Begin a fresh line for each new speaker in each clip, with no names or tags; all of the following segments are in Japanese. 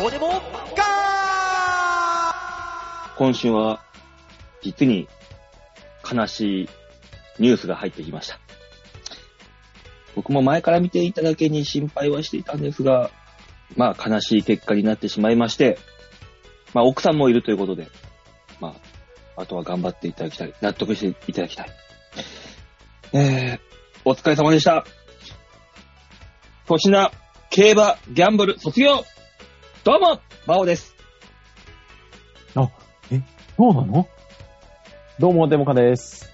どうでもガ
今週は、実に悲しいニュースが入ってきました。僕も前から見ていただけに心配はしていたんですが、まあ悲しい結果になってしまいまして、まあ奥さんもいるということで、まあ、あとは頑張っていただきたい。納得していただきたい。えー、お疲れ様でした。粗品、競馬、ギャンブル、卒業どうもバオです。
そうなの
どうも、デモカです。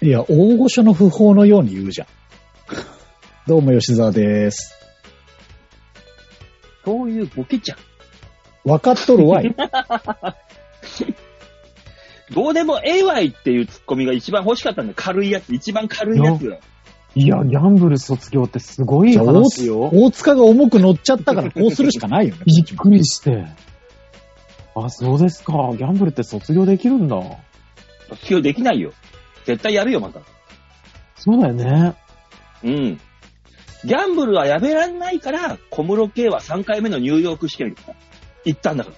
いや、大御所の訃報のように言うじゃん。 どうも、吉沢です。
そういうボケちゃん。
わかっとる わい。
どうでもええわいっていうツッコミが一番欲しかったんだよ。軽いやつ。一番軽いやつよ。
いや、ギャンブル卒業ってすごい
じゃあ
話よ。
大塚が重く乗っちゃったから、こうするしか ないよね。
びっくりして。あ、そうですか。ギャンブルって卒業できるんだ。
卒業できないよ。絶対やるよ、また。
そうだよね。
うん。ギャンブルはやめらんないから、小室圭は3回目のニューヨーク試験に行ったんだから。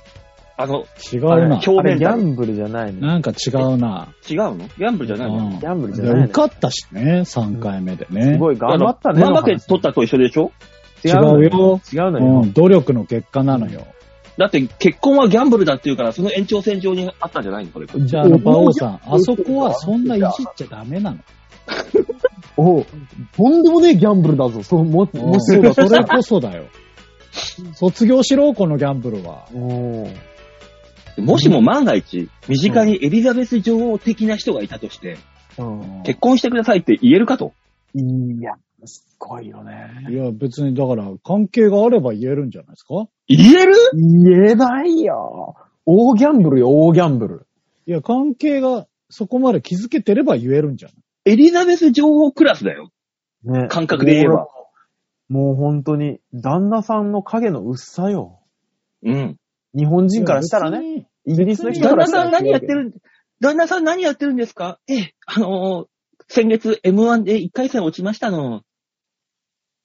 あの、
違うな
表。面だ。違う
ンブルじゃないの。
なんか違う
の
な。
ギャンブルじゃないの、
うん
ャンブル
で受かったしね、3回目でね。
い頑張ったね。
ママケ取ったと一緒でしょ
違
違うの
う
よ
よ。
違うの
う
よ。
ん、努力の結果なのよ。
だって結婚はギャンブルだっていうから、その延長線上にあったんじゃないのこれが。
じゃあ、あの、馬王さん、あそこはそんないじっちゃダメなの。
おうとんでもねえギャンブルだぞ。そう、も、
も
も
う
し
そうだ、それこそだよ。卒業しろ、このギャンブルは。
おう
もしも万が一、身近にエリザベス女王的な人がいたとして、
うん
結婚してくださいって言えるかと。
いや、すごいよね。
いや、別に、だから、関係があれば言えるんじゃないですか
言える
言えないよ。大ギャンブルよ、大ギャンブル。
いや、関係がそこまで気づけてれば言えるんじゃない
エリザベス女王クラスだよ。
ね
感覚で言えば。
もう本当に、旦那さんの影の薄さよ。
うん。
日本人からしたらね。
ね。
イギリスの人
旦
から
那
し
さ
たら。
ん何やってるん、旦那さん何やってるんですかええ、あのー先月 M1 で1回戦落ちましたの。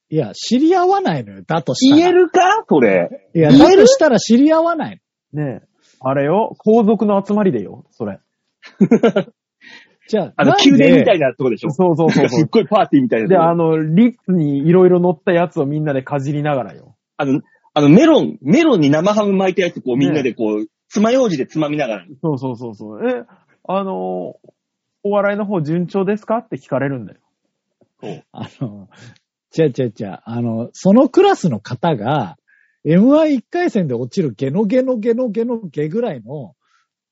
いや、知り合わないのよ。だとしたら。
言えるかそれ。
いや、
言える
だとしたら知り合わない
ねえ。あれよ、皇族の集まりでよ、それ。
じゃあ、
あの、
なんで
宮殿みたいなとこでしょ
そうそうそうそ
すっ
う。
ごいパーティーみたいなと
で、
こ。
あの、リップにいろいろ乗ったやつをみんなでかじりながらよ。
あの、あのメロン、メロンに生ハム巻いたやつ、こうみんなでこう、爪楊枝でつまみながら。
そうそうそうそう。え、あのー、お笑いの方順調ですかって聞かれるんだよ。
あの、じゃあじゃあじゃあ、あの、そのクラスの方が、M11 回戦で落ちるゲノゲノゲノゲノゲぐらいの、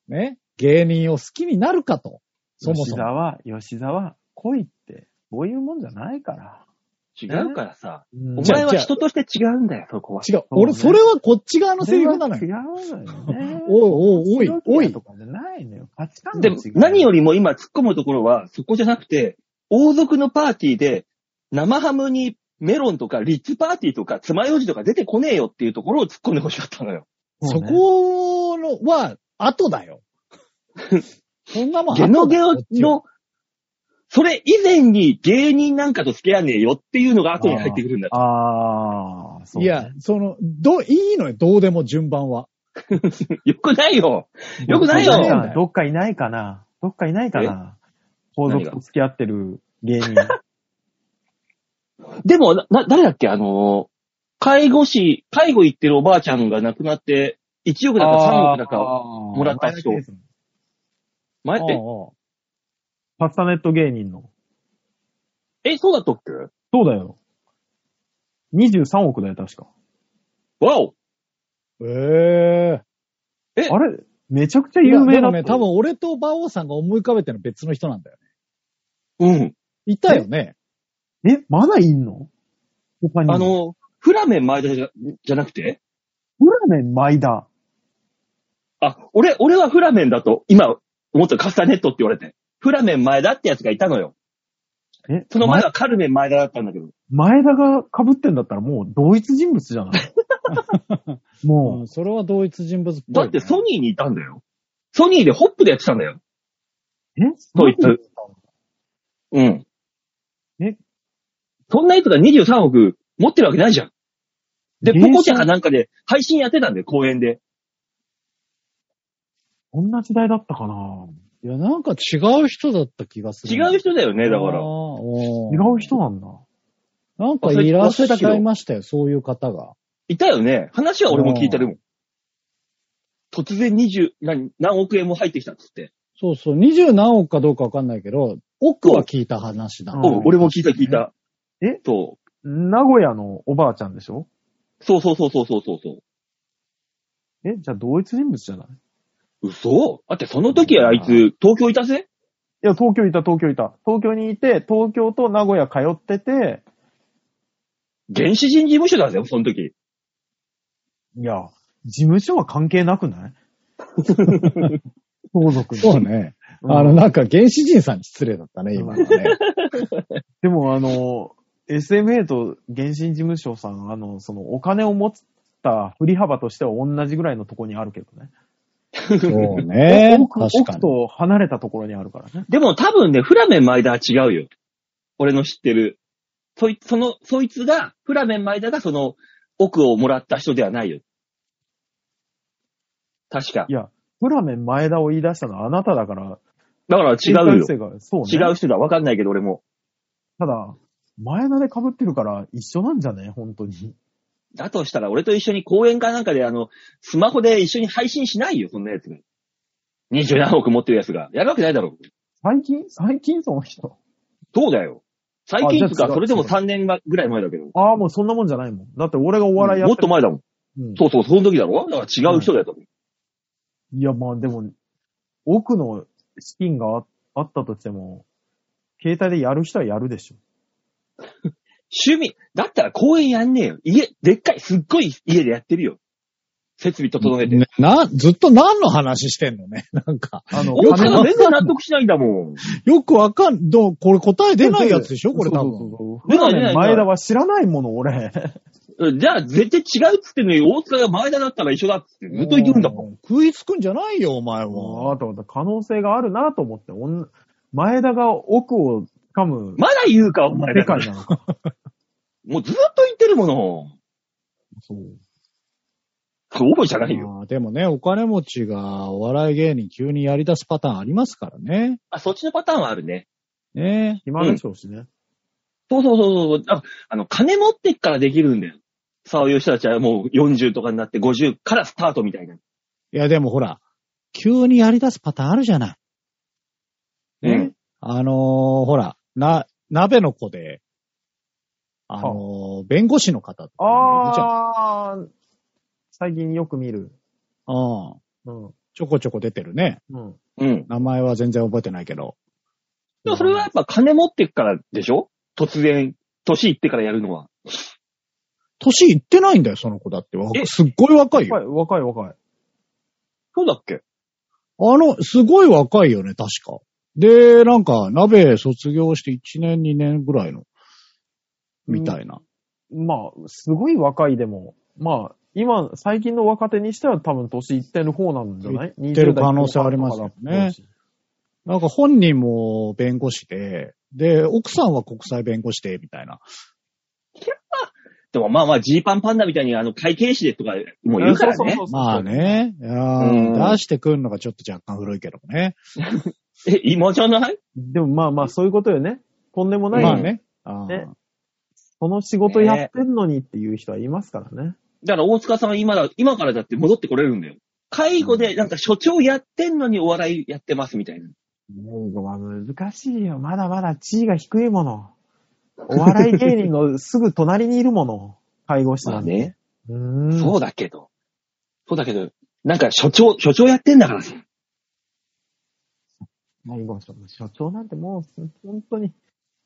ね、芸人を好きになるかと。そもそ
吉
も。
沢、吉沢、恋って、こういうもんじゃないから。
違
う
からさ。
うん
お
じゃあ
前は人として違うんだよ、そこは。
違う。俺、それはこっち側のセリフなの
違
よ。。
うのよね
おいおいおいおい
とかじゃないのよ。価値観
でも、何よ
り、
りも今突っ込むところは、そこじゃなくて、王族のパーティーで、生ハムにメロンとか、リッツパーティーとか、爪楊枝とか出てこねえよっていうところを突っ込んでほしかったのよ。
そこのは、後 だよ。そんなもん後だ
ゲ
よ。
ノゲノ
こっちは
の、それ以前に芸人なんかと付き合わねえよっていうのが後に入ってくるんだ。
ああ、そう、
いや、、その、ど、いいのよ、どうでも順番は。
よくないよ。よくない
よ
どっかどっかいないかなどっかいないかな皇族と付き合ってる芸人。
でも、な、な誰だっけあのー、介護士、介護行ってるおばあちゃんが亡くなって、1億だか3億だか、
も
もらった人前って、
パスタネット芸人の。
え、そうだったっけ
そうだよ。23億だよ、確か。
わお
ええ
あれめちゃくちゃ
いや
有名
で
な
もね、多分俺と馬王さんが思い浮かべてるの別の人なんだよね。
うん。
いたよね。
え、まだいんの他に。
あ、の、フラメン前田じゃじゃなくて
フラメン前田。
あ、俺、俺はフラメンだと、今、思ったカスタネットって言われて。フラメン前田ってやつがいたのよ。
え、
その前はカルメン前田だったんだけど。
前田が被ってんだったらもう同一人物じゃない
う
も
ん、それは同一人物っぽ
だ
い、
ってソニーにいたんだよ。ソニーでホップでやってたんだよ。
う、え
そういったうん。
え
そんなやつが23億持ってるわけないじゃん。で、
芸
ポ
者
コチャかなんかで配信やってたんだよ、公演で。
こんな時代だったかない
や、なんか違う人だった気がする。
違う人だよね、だから。
違
違う人なんだ。
なんかいらっしゃいましたよ、そういう方が。
いたよね。話は俺も聞いたでもん。突然20、何、何億円も入ってきたっつって。
そうそう、二十何億かどうかわかんないけど、億は聞いた話だ。
う
おう俺も聞いた聞いた。
え
そ
名古屋のおばあちゃんでしょ
う。そうそうそうそうそうそうそう。
え、じゃあ同一人物じゃないい
嘘だってその時はあいつ、東京いたぜ
や、東京いた、東京いた。東京にいて、東京と名古屋通ってて、
原始人事務所だぜ、その時。
いや、事務所は関係なくない相続に。
そうね。
うん
あの、なんか原始人さんに失礼だったね、今のはね。
でもあの、SMA と原神事務所さん、あの、そのお金を持った振り幅としては同じぐらいのとこにあるけどね。
そうね。
奥
確か
奥
に。
と離れたところにあるからね。
でも多分ね、フラメン前田は違うよ。俺の知ってる。そい、その、そいつが、フラメン前田がその、奥をもらった人ではないよ。確か
い。や、フラメン前田を言い出したのはあなただから、
だから違うよ。
新幹線がそうね。
違う人だ。わかんないけど俺も。
ただ、前田で被ってるから一緒なんじゃね本当に。
だとしたら、俺と一緒に公演かなんかで、あの、スマホで一緒に配信しないよ、そんなやつが。二十何億持ってるやつが。やるわけないだろ。
最近最近その人。
そうだよ。最近っつう
あじゃ
か、
あ
それでも3年がぐらい前だけど。
ああ、もうそんなもんじゃないもん。だって俺がお
も
笑いやって
っと前だもん。
うん
そうそう、その時だろだから違う人だよ、多分。
いや、まあでも、奥の資金がああったとしても、携帯でやる人はやるでしょ。
趣味。だったら公演やんねえよ。家、でっかい、すっごい家でやってるよ。設備整えて。
ねな、ずっと何の話してんのね。 なんか、
あの、
奥
金
さん
の
が全然納得しないんだもん。
よくわかん、どう、これ答え出ないやつでしょこれ多
そう
分。
そうそう
出ない
普段
出
ね
ない
前田は知らないもの、俺。
うんじゃあ、絶対違うっつってんのに、大塚が前田だったら一緒だっつって、ずっと言ってくんだもん。
う食いつくんじゃないよ、お前
もう、
は。
あと、可能性があるなと思って、おん前田が奥を掴む
まだ言うか、お前
世
だ
界なのか。
もうずっと言ってるもの。
そう。
そう覚えじゃないよ。
まあでもね、お金持ちがお笑い芸人急にやり出すパターンありますからね。
あ、そっちのパターンはあるね。
ね
暇でしょうしね。
そうそうそうそう。あ、あの、金持ってっからできるんだよ。そういう人たちはもう40とかになって50からスタートみたいな。
いやでもほら、急にやり出すパターンあるじゃない。ね、
うん
あのーほら、な、鍋の子で、あのー弁護士の方とかいるじゃん
あー、最近よく見る。
うん。
うん。
ちょこちょこ出てるね。
うん。
うん。
名前は全然覚えてないけど。
でもそれはやっぱ金持ってっからでしょ突然、年いってからやるのは。
年いってないんだよ、その子だって。わ
え
すっごい若いよ。
若い、若い、若い。
そうだっけ
あの、すごい若いよね、確か。で、なんか、鍋卒業して1年、2年ぐらいの、みたいな。
まあ、すごい若いでも、まあ、今、最近の若手にしては多分年いってる方なんじゃないい
ってる可能性ありますよね。
20代後半とかだと思うし
なんか本人も弁護士で、で、奥さんは国際弁護士で、みたいな。
でもまあまあ、ジーパンパンダみたいにあの、会計士でとか、もういるから
うん
ね
そうそうそ。うそう
まあ。ね。いやー
うん
出してくるのがちょっと若干古いけどもね。
え、今じゃない
でもまあまあ、そういうことよね。とんでもない。
まあね。あー
ねその仕事やってんのにっていう人はいますからね。
だから大塚さんは今だ、今からだって戻ってこれるんだよ。介護でなんか所長やってんのにお笑いやってますみたいな。
もうまあ難しいよ。まだまだ地位が低いもの。お笑い芸人のすぐ隣にいるもの。介護士
ま
な
あ
んて。
ね。
うーん。
そうだけど。そうだけど、なんか所長、所長やってんだからさ。
介護士の所長なんてもう、本当に、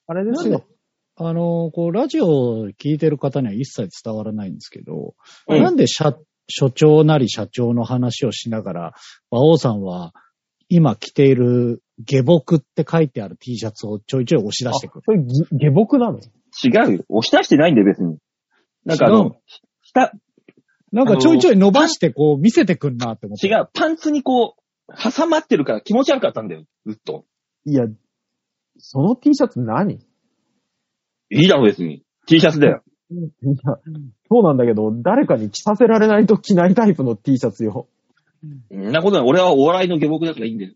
あれで
な
す
んで
よ。
あのーこう、ラジオを聞いてる方には一切伝わらないんですけど、
うん
なんで社、所長なり社長の話をしながら、馬王さんは、今着ている下僕って書いてある T シャツをちょいちょい押し出してくる。
それ、ぎ下僕なの
違うよ。押し出してないんだよ、別に。なんかあ
違う
の、下、
なんかちょいちょい伸ばしてこう見せてくんなって思って。
違う。パンツにこう、挟まってるから気持ち悪かったんだよ、ずっと。
いや、その T シャツ何
いいだろ、別に。T シャツだよ。
いや、そうなんだけど、誰かに着させられないと着ないタイプの T シャツよ。
そんなことない。俺はお笑いの下僕だからいいんだよ。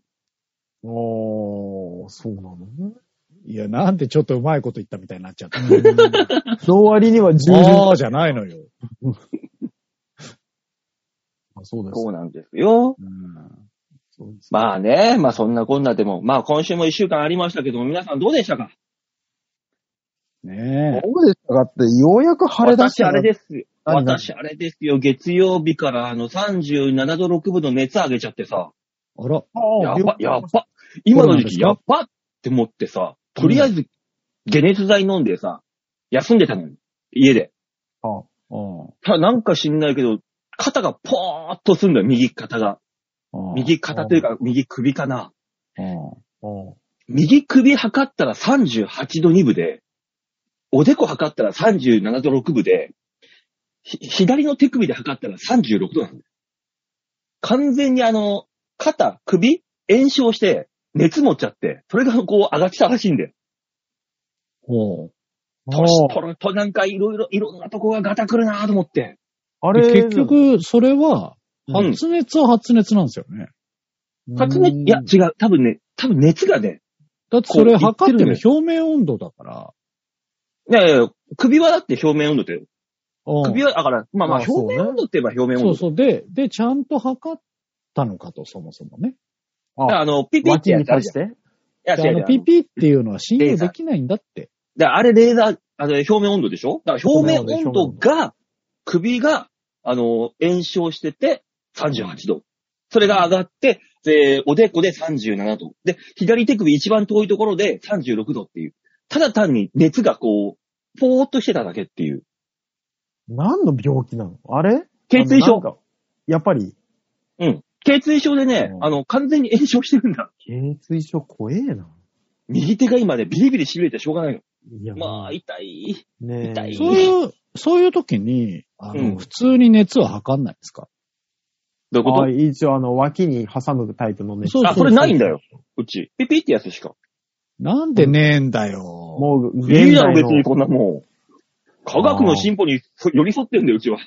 おー、そうなの
いや、なんてちょっとうまいこと言ったみたいになっちゃった。
の割には従順。
ああ、じゃないのよ。
あそうです
そうなんですよ。
うん
そうです
まあね、まあそんなこんなでも、まあ今週も一週間ありましたけども、皆さんどうでしたか
ねえ。
どうでしたかって、ようやく晴れ出
私
した
あ
な
れですよ。
何何
私あれですよ。月曜日からあの37度6分の熱上げちゃってさ、
あら、
あ
や
あ
っぱ、やっぱ、今の時期
そう
や
なん
っぱって思ってさ、とりあえず解熱剤飲んでさ、休んでたのよ。家で。
あ
うん
ただなんか知んないけど、肩がポーっとすんだよ、右肩が。
うん
右肩というか、右首かな。
うん
あ
右首測ったら38度2分で、おでこ測ったら37度6分で、ひ左の手首で測ったら36度なんだよ。完全にあの、肩、首、炎症して、熱持っちゃって、それがこう上がってたらしいんだよ。
ほう。
年取るとなんかいろいろ、いろんなとこがガタくるなと思って。
あ
で
れ、
結、局、それは、
うん
発熱は発熱なんですよね。
発熱、いや違う、多分ね、多分熱がね、
だってそれ
こう言って
測
る
っ
の
て
よ
る表面温度だから。
いやいやいや、首はだって表面温度だよ。
うん
首は、だから、まあまあ
あそう
表
ね
面温度って言えば表面
そ
温
う
度。
そう。で、で、ちゃんと測ったのかと、そもそもね。
だからあの、ピピって
脇
や
に
つある
対
じ
して
ゃん。い
で
や
あ
違う違う
の、ピピっていうのは信用できないんだって。
だからあれレーザー、あれ表面温度でしょだから表面温度が、首が、あの、炎症してて38度。それが上がって、で、おでこで37度。で、左手首一番遠いところで36度っていう。ただ単に熱がこう、ぽーっとしてただけっていう。
何の病気なのあれ
血液
なん
症。
かやっぱり、
うん。血液症でね
う、ん
あの、完全に炎症してるんだ。
血液症怖えな。
右手が今ね、ビリビリ痺れてしょうがないの。
いや、
まあ、痛い。
ねえ
痛い
そういう、そういう時に、あの、
うん
普通に熱は測んないですか
どういうこ
あ一応、あの、脇に挟むタイプのね。
そう
と
そう
あ、それないんだよ。うち。ピピってやつしか。
なんでねえんだよ。
も
い
う、
い
現
だろ、
代
別に
の、
こんなもん。科学の進歩に寄り添ってんだよ、うちは。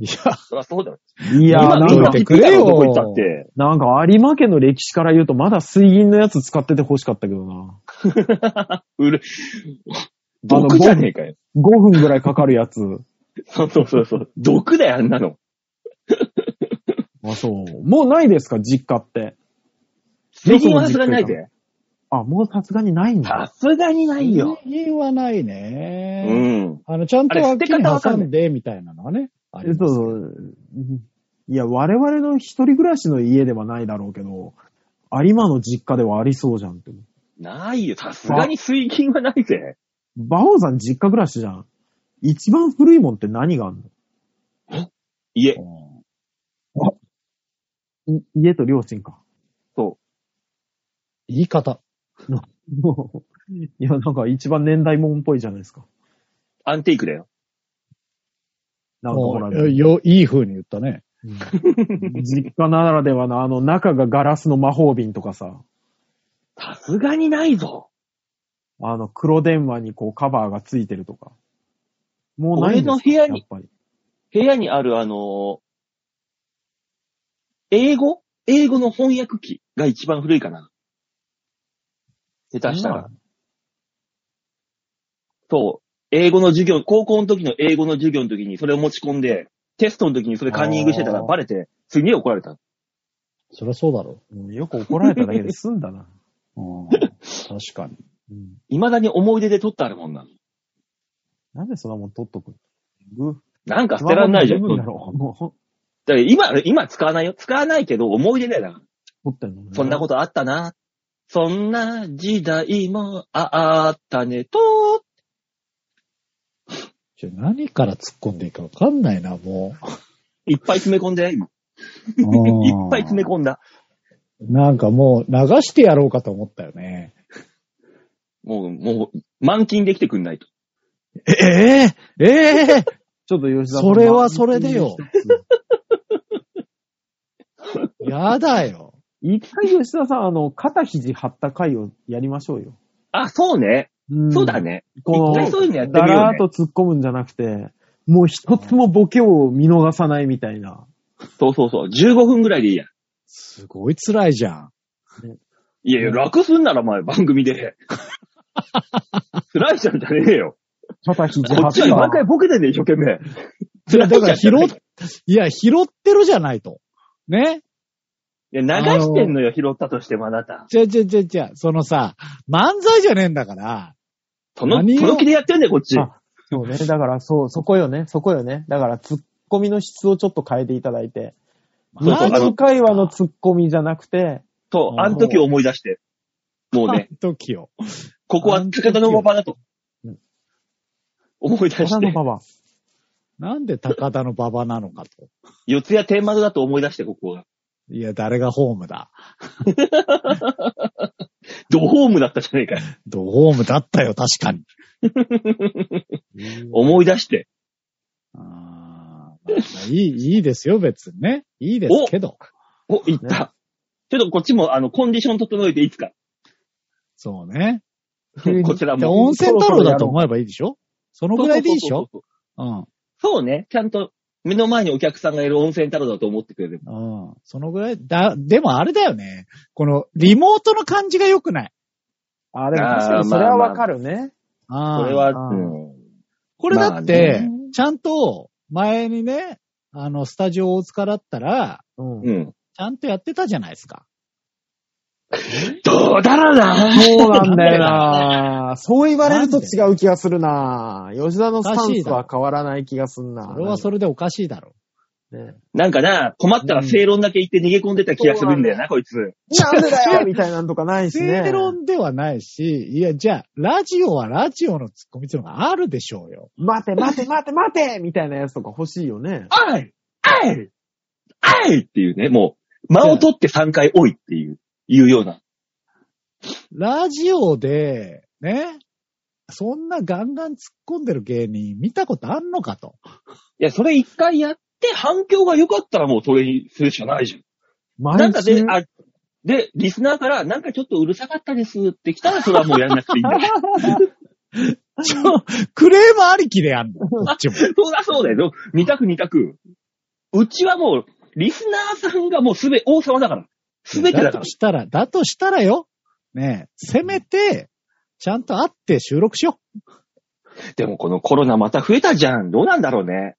いや、
そりゃそうだよ。
いや、な
今、
ん
今、
どい、
か
て
ピ
く
ピ
れ
だ
よ
ろ、どこ行ったって。
なんか、有馬家の歴史から言うと、まだ水銀のやつ使ってて欲しかったけどな。
うる、毒じゃねえかよ。
5分ぐらいかかるやつ。
そうそうそうそう。毒だよ、あんなの。
あ、そう。もうないですか、実家って。
最近はさすがにないぜ。
あ、もうさすがにないんだ。
さすがにないよ。
品はないうね。
ん。
あの、ちゃんと
あれ
脇
捨て
に
方わか
挟
んない
んで、みたいなのはね。あり
え
ます
そ
け
う
ど
そう。いや、我々の一人暮らしの家ではないだろうけど、有馬の実家ではありそうじゃんって。
ないよ。さすがに水銀はないぜ。
バオさん実家暮らしじゃん。一番古いもんって何があん
家。
うん
のい家と両親か。
言い方。
もういや、なんか一番年代もんっぽいじゃないですか。
アンティークだよ。
なんかほら、
うんよ、いい風に言ったね。
うん実家ならではのあの中がガラスの魔法瓶とかさ、
さすがにないぞ。
あの黒電話にこうカバーがついてるとか。もうない
俺
んで
の
す
部屋
かや
に
っ、ぱり。
部屋にあるあの英語英語の翻訳機が一番古いかな。下手したら。そう。英語の授業、高校の時の英語の授業の時にそれを持ち込んで、テストの時にそれカンニングしてたら
あー
バレて、すげえ怒られた。
そりゃそうだろ
うんよく怒られただけで済んだな。
う。うん確かに。
うん
未だに思い出で撮ってあるもんな。
なんでそんなもん取っとくの
なんか捨てらんないじゃん。
だ
だ
ろう。も
から今、今使わないよ。使わないけど思い出だよな。
う取ってんのね
そんなことあったな。そんな時代もあったねと。
ちょ何から突っ込んでいいかわかんないな、もう。
いっぱい詰め込んで、今。
い
いっぱい詰め込んだ。
なんかもう流してやろうかと思ったよね。
もう、もう、満勤できてくんないと。
ええええ
ちょっと吉田さ ん
それはそれでよ。 やだよ。
一回吉田さん、あの、肩肘張った回をやりましょうよ。
あ、そうね。そうだ。ね。一回そういうのやってみ
だ
よう、ね。
らーっと突っ込むんじゃなくて、もう一つもボケを見逃さないみたいな。
そうそうそう。15分ぐらいでいいや。
すごい辛いじゃん。
いやいや、楽すんならお前、番組で。辛いじゃんじゃねえよ。
たたき
こっちは毎回ボケてんね一生懸命。辛 いじゃ
だ
ん
から拾っ、いや、拾ってるじゃないと。ね
いや、流してんのよ、拾ったとしてもあなた。
じゃじゃじゃじゃそのさ、漫才じゃねえんだから、
その、
何を
その気でやってんだよ、こっち。
あそうね。だから、そう、そこよね。そこよね。だから、ツッコミの質をちょっと変えていただいて。
そうそうあの
漫才会話のツッコミじゃなくて、
そう、
あー
あの時を思い出して。もうね、
時を。
ここは高田の馬場だと
うん。
思い出
虎
し
の
て、
パパ。
なんで高田の馬場なのかと。
四谷天窓だと思い出して、ここが。
いや、誰がホームだ。
ドホームだったじゃねえかよ。
ドホームだったよ、確かに。
思い出して。
あーまあいい、いいですよ、別にね。いいですけど。
お、行った。ちょっとこっちも、あの、コンディション整えていつか。
そうね。
こちら
で
も。
温泉太郎だと思えばいいでしょそのぐらいでいいでしょ
そうそうそう
うん。
そうそうね。ちゃんと、目の前にお客さんがいる温泉太郎だと思ってくれる。
うん。そのぐらい、だ、でもあれだよね。この、リモートの感じが良くない。
あ、でも確かにそれはわかるね。
あ
こ
あ。
れは、
あー
うん
これだっ
ま
て
あね、
ちゃんと、前にね、あの、スタジオ大塚だったら、
うん。
うん。
ちゃんとやってたじゃないですか。
どうだろうな
そうなんだよなそう言われると違う気がするな吉田のスタンスは変わらない気がすんな
それはそれでおかしいだろ
ね
なんかな、困ったら正論だけ言って逃げ込んでた気がするんだよな、こいつ。
なんでだよみたいなんとかな
う。
いしね。
正論ではないし、いや、じゃあ、ラジオはラジオのツッコミっていうのがあるでしょうよ。
待て待て待て待てみたいなやつとか欲しいよね。
おいおいおいっていうね、もう、間を取って3回おいっていう、いうような。
ラジオで、ね、そんなガンガン突っ込んでる芸人見たことあんのかと。
いや、それ一回やって反響が良かったらもうそれにするしかないじゃん。な
毎
んか
週
で、あ、で、リスナーから、なんかちょっとうるさかったですって来たら、それはもうやんなく ていいんだ。
ちょ、クレームありきでやんの。こっちも。
そうだそうだよ。二択二択。うちはもう、リスナーさんがもうすべ、王様だから。すべてだ
だ
から
と。したら、だとしたらよ。ねえ、せめて、ちゃんと会って収録しよ
でもこのコロナまた増えたじゃん。どうなんだろうね。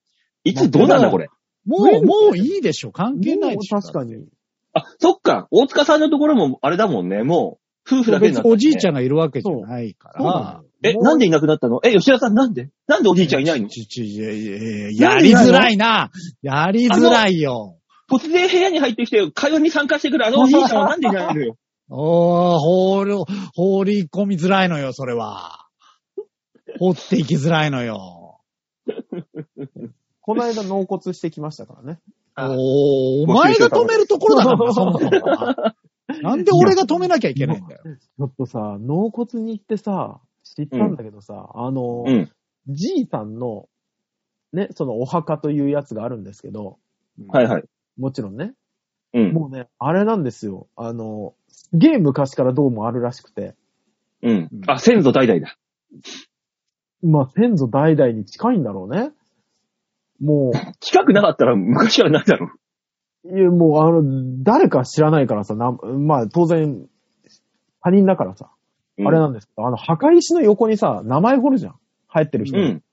いつどうなんだこれ。
う。もう、もういいでしょ。関係ないでしょ。
確かに。
あ、そっか。大塚さんのところもあれだもんね。もう、夫婦だけになった、ね。
おじいちゃんがいるわけじゃないか
そうな
ら。
え、なんでいなくなったのえ、吉田さんなんでなんでおじいちゃんいないの
ちちいやいやい
な
やや
んで
り
いない
づ
の
らいな。やりづらいよ。
突然部屋に入ってきて、会話に参加してくるあのおじいちゃんはなんでいないのよ。
おー、放り、放り込みづらいのよ、それは。 放っていきづらいのよ。
この間納骨してきましたからね。
あ
おー、お前が止めるところだからな、そもそもな。なんで俺が止めなきゃいけないんだよ。
ちょっとさ、納骨に行ってさ、知ったんだけどさ、あの、
うん。
じいさんの、ね、そのお墓というやつがあるんですけど、
はいはい。
もちろんね。
うん。
もうね、あれなんですよ。あの、すげえ昔からどうもあるらしくて。
うん。あ、先祖代々だ。
まあ、先祖代々に近いんだろうね。も
近くなかったら昔はないだろう。
う、いや、もう、あの、誰か知らないからさ、なんまあ、当然、他人だからさ、
うん
あれなんですけど、あの、墓石の横にさ、名前彫るじゃん。入ってる人。
うん。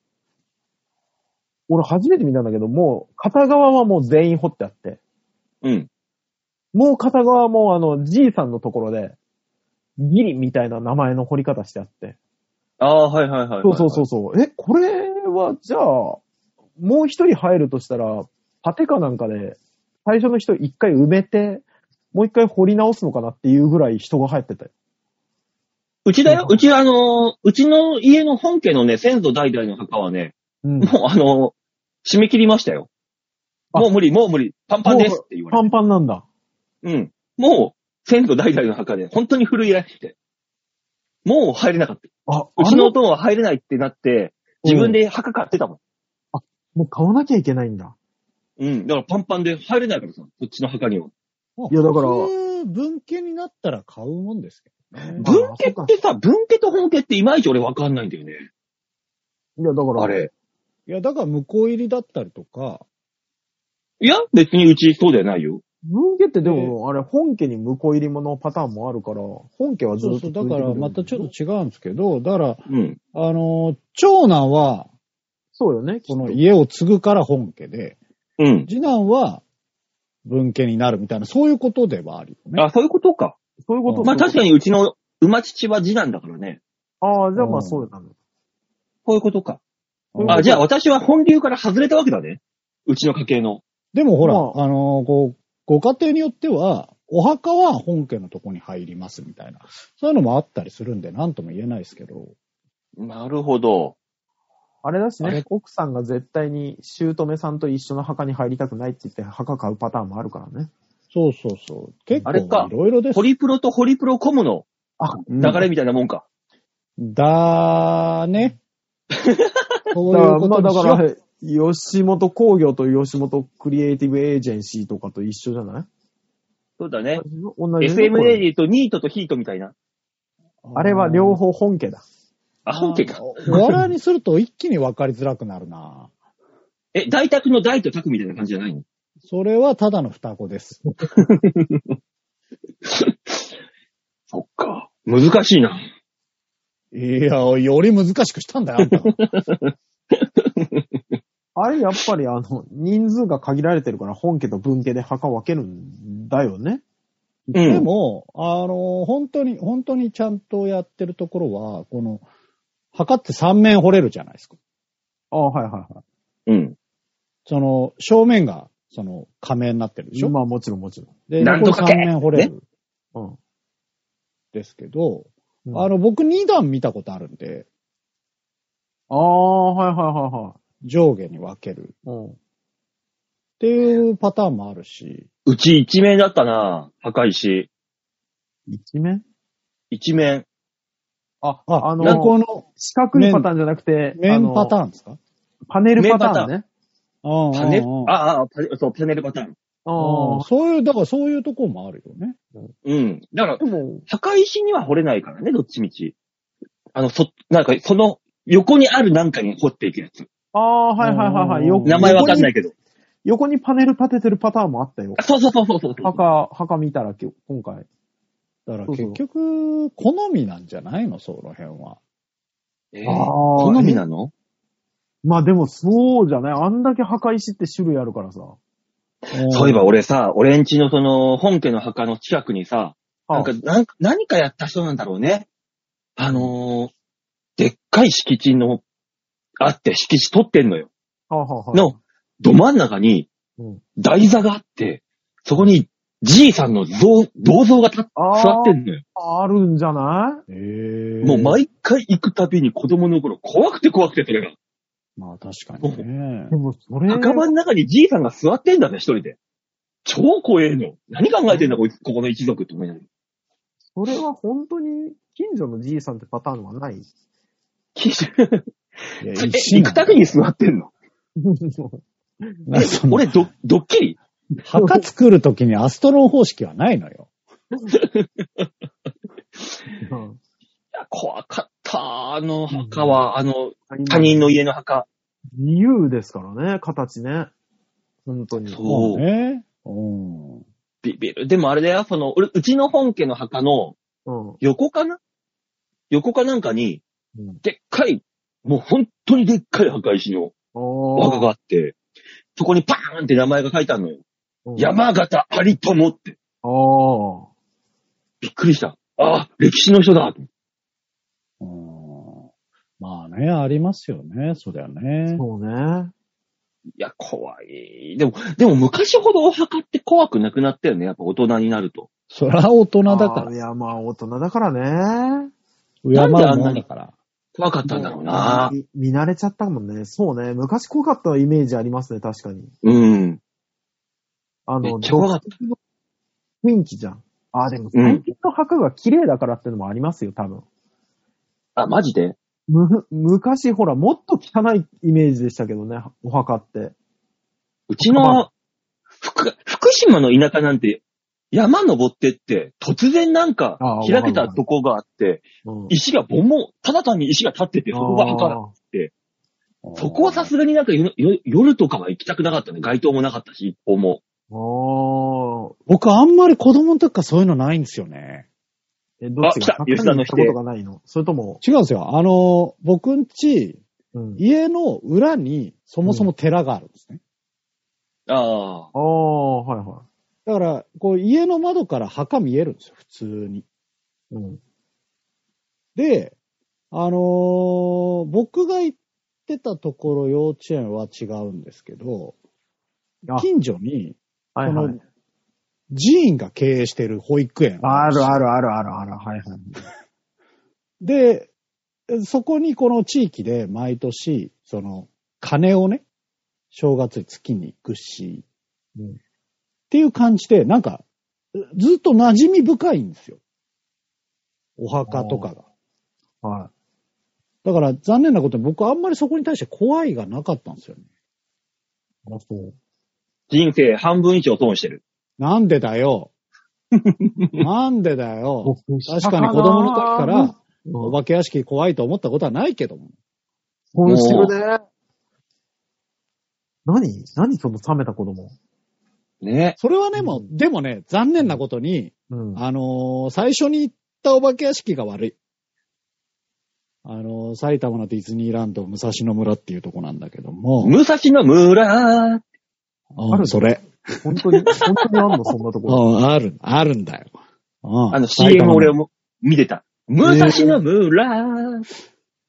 俺初めて見たんだけど、もう、片側はもう全員彫ってあって、
うん。
もう片側はもう、あの、じいさんのところで、ギリみたいな名前の彫り方してあって。
ああ、はいはいはいはい。
そうそうそうそう。え、これは、じゃあ、もう一人入るとしたら、パテかなんかで、最初の人一回埋めて、もう一回掘り直すのかなっていうぐらい人が入ってたよ。
うちだよ。うち、あのー、うちの家の本家のね、先祖代々の墓はね、
うん。
もうあのー、締め切りましたよ。
あ
もう無理、もう無理、パンパンですって言われ
パンパンなんだ。
て。うん。もう、先祖代々の墓で、本当に古いらしくて。もう入れなかった。
あ、
うちの
あ
おとんは入れないってなって、自分で墓買ってたもん。
もう買わなきゃいけないんだ。
うん。だからパンパンで入れないからさ、こっちの墓には。
いやだから
そういう文献になったら買うもんですけど
文系ってさ、文系と本系っていまいち俺わかんないんだよね。
いや、だから、
あれ。
いや、だから向こう入りだったりとか、
いや、別にうちそうじゃないよ。
文家ってでも、あれ、本家に向こう入りものパターンもあるから、本家はず
そ
っ
う
と
そう、
続いてく
だ
る
からまたちょっと違うんですけど、だから、
うん。
あの、長男は、
そうよね、きっ
ことの家を継ぐから本家で、
うん。
次男は文家になるみたいな、そういうことではあるよね。
あ、そういうことか。
そういうこと
まあ確かにうちの馬父は次男だからね。
ああ、じゃあま
う
あ
ん
そうなんだ。
こういうことか。
うん
あ、じゃあ私は本流から外れたわけだね。うちの家系の。
でもほら、
ま
あ、のこう、ご家庭によっては、お墓は本家のとこに入りますみたいな。そういうのもあったりするんで、なんとも言えないですけど。
なるほど。
あれだし
あ
ね
れ、
奥さんが絶対に姑さんと一緒の墓に入りたくないって言って墓買うパターンもあるからね。
そうそうそう。結
あれか
構いろいろです
ホ。リプロとホリプロコムの
うん
流れみたいなもんか。
だー ね。そう
だ
い
か
う
ら、
こ
ま
とに
あだ
しよう
から、吉本工業と吉本クリエイティブエージェンシーとかと一緒じゃない
そうだね。
同じ
SM レディとニートとヒートみたいな。
あれは両方本家だ。
あ、本家か。
お笑いにすると一気に分かりづらくなるな。
え、大宅の大と宅みたいな感じじゃないの
それはただの双子 です。
そっか。難しいな。
いや、より難しくしたんだよ、あんたが
あれやっぱりあの、人数が限られてるから本家と文家で墓分けるんだよね。
う
で
ん。
も、あの、本当に、本当にちゃんとやってるところは、この、測って3面掘れるじゃないですか。
ああ、はいはいは
うん。
その、正面が、その、仮面になってるでし
い。
ょ、
まあもちろんもちろ
で、
なんとか
残り3面掘れるん
ん。
ですけど、
うん。
あの、僕2段見たことあるんで、
ああ、はいはいはいはい。
上下に分ける
うん。
っていうパターンもあるし、
うち一面だったな赤石。
一面
一面。
あ、
あ、
あ
あの、
の、
この
四角いパターンじゃなくて、あ
面
の
パターンですか
パネルパターンね。
あ
パネル
ああ
ああ、パネそう、パネルパターン。
ああ。
そういう、だからそういうとこもあるよね。
うん。だから、
でも、
墓石には掘れないからね、どっちみち。あの、そ、なんか、その、横にあるなんかに掘っていくやつ。
ああ、はいはいはいはい。よ。
うん
名前わかんないいけど。
横に横にパネル立ててるパターンもあったよ
あ。そうそうそうそうそう。
墓、墓見たら今日今回。
だから
そうそう
結局、好みなんじゃないのその辺は。
えー
ああ
好みなの
まあでもそうじゃない。あんだけ墓石って種類あるからさ。
そういえば俺さ、俺んちのその、本家の墓の近くにさ、なんか、なんか何かやった人なんだろうね。あのー、でっかい敷地の、あって敷地取ってんのよ。
はあはあはあ
の、ど真ん中に
うん、
台座があって、そこに、じいさんの像、銅像が立っ
あ
座
あ
ってんのよ。
あるんじゃない
ええ
もう毎回行くたびに子供の頃怖くて怖くてそれが。
まあ確かに ね
で。もそれ、
墓場の中にじいさんが座ってんだね、一人で。超怖えの。何考えてんだ、こいつ、ここの一族って思いながら。
それは本当に近所のじいさんってパターンはない。
き
いや
え行くたびに座ってんの。
なんかその
俺、ど、ドッキリ
墓作るときにアストロン方式はないのよ。
うん
いや怖かった。あの墓は、あの、他人の家の墓。
自由ですからね、形ね。本当に。
そう。
ね。うん。
ビビる。でもあれだよ、その、俺、うちの本家の墓の
うん。
横かな横かなんかに
うん、
でっかい、もう本当にでっかい墓石のお
あ
墓があって、そこにパーンって名前が書いてあるのよ。
あ。
山形有友って。
ああ。
びっくりした。ああ、歴史の人だ。
うんまあね、ありますよね。そりゃね。
そうね。
いや、怖い。でも、でも昔ほどお墓って怖くなくなったよね。やっぱ大人になると。
そりゃ大人だか
あ
ら
ー。いや、まあ、大人だからね。
敬う
なん
も
であんな
の
に
だから。
怖かったんだろうな。
もう見見慣れちゃったもんね。そうね。昔怖かったイメージありますね、確かに。
うん。
あ
めっ
の、
ちゃ怖かった。
雰囲気じゃん。あー、でも
うん
最近の墓が綺麗だからってのもありますよ、多分。
あ、マジで
む、昔、ほら、もっと汚いイメージでしたけどね、お墓って。
うちの、福、福島の田舎なんて、山登ってって、突然なんか
あ
開
ー
け
わかるわ
た
かる
とこがあって、
うん
石がボンボン、ただ単に石が立ってて、そこが墓だ。そこはさすがになんかよよ夜とかは行きたくなかったね。街灯もなかったし、一方も。
あー
僕あんまり子供の時からそういうのないんですよね。
え、どっちが
あ来た吉田の
行ったことがないのそれとも、
違うんですよ。あの、僕んち、
うん。
家の裏にそもそも寺があるんですね。
ああ。
ああ、はいは
だから、こう家の窓から墓見えるんですよ、普通に。
い。うん。
で、あのー僕が行ってたところ幼稚園は違うんですけど、
あ
近所に、
はい
こ
は
の
い。
寺院が経営してる保育園。
あるあるあるあるある。はいはい。
で、そこにこの地域で毎年、その、金をね、正月に月に行くし、
うん
っていう感じで、なんか、ずっと馴染み深いんですよ。お墓とかが。
は
だから残念なことに僕はあんまりそこに対して怖いがなかったんですよね。
い。あそう。
人生半分以上損してる。
なんでだよ。なんでだよ。
僕
確かに子供の時から、お
うん
化け屋敷怖いと思ったことはないけども。
今週ね。何何その冷めた子供。
ね。
それはね、
うん
もう、でもね、残念なことに、
うん。
あのー最初に行ったお化け屋敷が悪い。あのー埼玉のディズニーランド武蔵野村っていうとこなんだけども、
武蔵野村
うん
ある
それ、
本 当に、本当にあんのそんなところ。
うんある、あるんだよ。うん
あの
埼
CM
玉
俺も見てた。武蔵野村、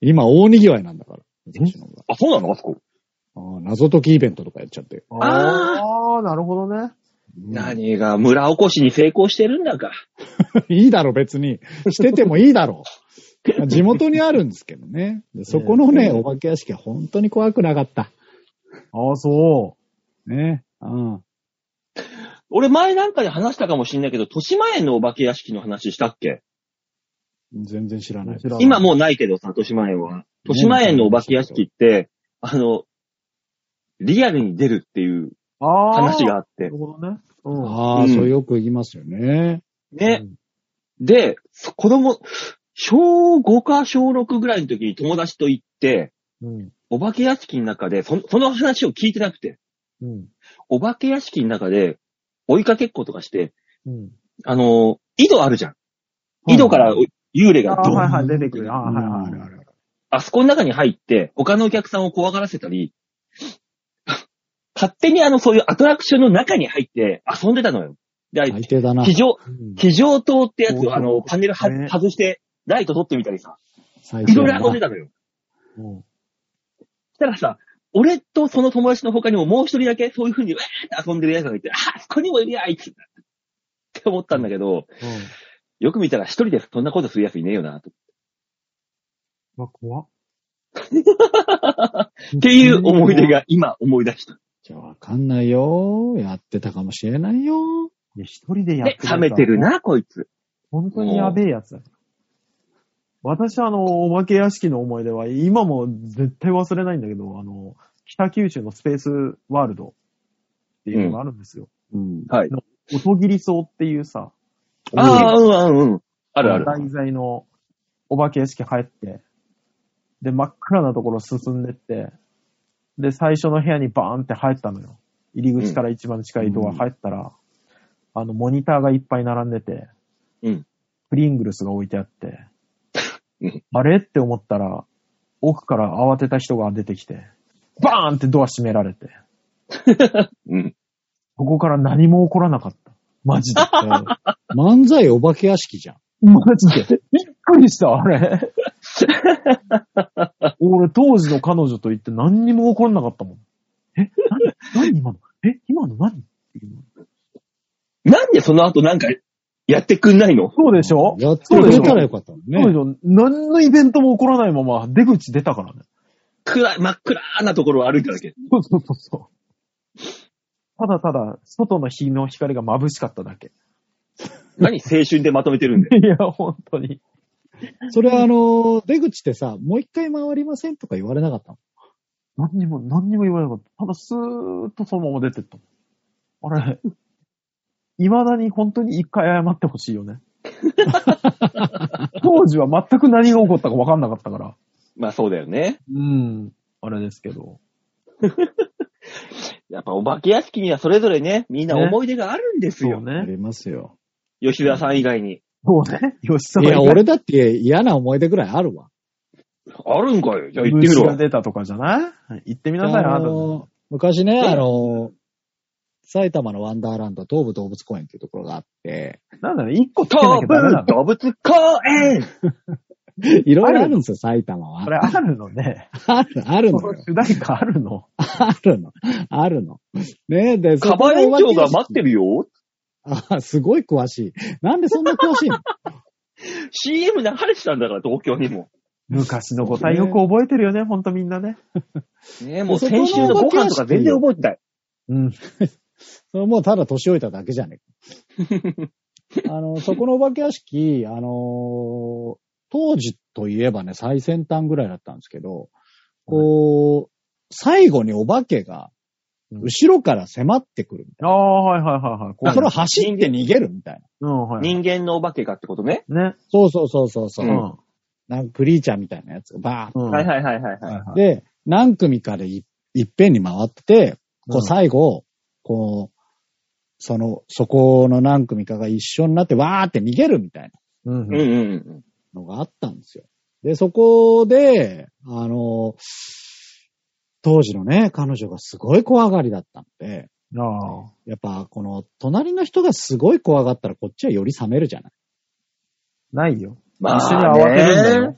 今大賑わいなんだから、武蔵野村
あ、そうなのあそこ。
うん謎解きイベントとかやっちゃって。
あ
ああー、なるほどね。
何が村おこしに成功してるんだか。
いいだろ、別に。しててもいいだろ。地元にあるんですけどね。でそこのね、
うん
お化け屋敷は本当に怖くなかった。
ああ、そ
ね。うん。
俺前なんかで話したかもしれないけど、豊島園のお化け屋敷の話したっけ
全然知らない。
知らない
今もうないけどさ、豊島園は。豊島園のお化け屋敷って、あの、リアルに出るっていう
う。ああ。
話が
な
あって
る。ほどね。うん。
ああ、
うん
それよく言いますよね。
ね
う。ん
で、そ子供、小5か小6ぐらいの時に友達と行って、
うん。
お化け屋敷の中で、そのその話を聞いてなくて、
うん。
お化け屋敷の中で追いかけっことかして、
うん。
あの、井戸あるじゃん。井戸から幽霊
あ
が
あ
ド
ー、
ン
はいはい、出てくる。ああー、はいはい。
うん
あそこの中に入って、他のお客さんを怖がらせたり、勝手にあの、そういうアトラクションの中に入って遊んでたのよ。で、あれ
最低だな
非。常、
うん
非常灯ってやつ
そう
をあの、パネルは
ね
外して、ライト取ってみたりさ、
最
い
低
ろい
だ
ろ遊んで。
な
たのよ。
うん
したらさ、俺とその友達の他にももう一人だけそういう風に、わーって遊んでる奴がいて、あー、そこにもいるや、あいつって思ったんだけど、
うん。
よく見たら一人でそんなことする奴いねえよな、と。
うわ、怖っ。
っていう思い出が今思い出した。
じゃあわかんないよ。やってたかもしれないよ。
いや。一人で
で
やってる、やつは
冷めてる。な、こいつ。
本当にやべえやつだ。私はあの、お化け屋敷の思い出は、今も絶対忘れないんだけど、あの、北九州のスペースワールドっていうのがあるんですよ。
うん。
はい。
音切り草っていうさ、
ああ、うん、うん、うん。あるある。
題材のお化け屋敷入って、で、真っ暗なところ進んでって、で、最初の部屋にバーンって入ったのよ。入り口から一番近いドア入ったら、あの、モニターがいっぱい並んでて、
うん
プリングルスが置いてあって
うん、
あれって思ったら、奥から慌てた人が出てきて、バーンってドア閉められて、
うん。
ここから何も起こらなかった。マジで。
漫才お化け屋敷じゃん。
マジで。びっくりした、あ れ。俺、当時の彼女と言って何にも起こんなかったもん。え何何今のえ今の何っていう
なんでその後なんかやってくんないの
そうでしょ
やってくれたらよかったの
そうで
ね
し。ょ何のイベントも起こらないまま出口出たからね。
暗い、真っ暗なところを歩いただけ。
そうそうそうそう。ただただ、外の日の光が眩しかっただけ。
何青春でまとめてるんで。
いや、本当に。
それはあのー、出口ってさ、もう一回回りませんとか言われなかったの
何にも、何にも言われなかった。ただ、スーッとそのまま出てった。あれ未だに本当に一回謝ってほしいよ ね。当時は全く何が起こったか分かんなかったから。
まあそうだよね。
うん。あれですけど。
やっぱお化け屋敷にはそれぞれね、みんな
ね
思い出があるんですよ。
あ
ね。
りますよ。
吉田さん以外に。
そうね。吉沢
いや、
以外
俺だって嫌な思い出ぐらいあるわ。
あるんかいじゃあ言ってみ
虫
ろ
が。出たとかじゃない行ってみなさいよ、あ
あ
なた。
の昔ね、
ええ
あの、埼玉のワンダーランド東武動物公園っていうところがあって、
なんだね、一個つけな
東
きゃダメな
武動
の。
物公園
いろいろあるんですよ、埼玉は
そ。れあるのね。
ある、あるの
その
よ。
主題歌あるの。
あるの。あるの。ねえ、で、
カバ園長が待って
る。
るよ。
あ、すごい詳しい。なんでそんな詳しいの
CM 流れてたんだから、東京にも。
昔の答えよく覚えてるよね、ほんとみんなね。
ねもう先週のご飯とか全然覚えてない。
うん。
それもうただ年老いただけじゃ ねえか。あの、そこのお化け屋敷、あのー当時といえばね、最先端ぐらいだったんですけど、こう、最後にお化けが、後ろから迫ってくるみたい
ああ、はいはいはいはい。
な。
怖い
それを走って逃げるみたいな。
うん、はい。
人間のお化けがってことね。
ね。
そうそうそうそうそうう、
ん。
なんかクリーチャーみたいなやつがバーッ
うん
はいはいはいはい。
はい
はい、
はい。
で、何組かでいいっぺんに回って、こ
う
うん最後、こう、その、そこの何組かが一緒になってわーって逃げるみたい
うん
うんうんうん。
なのがあったんですよ。で、そこで、あの、当時のね、彼女がすごい怖がりだったんで、
ああ。
やっぱこの隣の人がすごい怖がったらこっちはより冷めるじゃない。
ないよ。
まあ
一緒に慌てるんだよ
ね。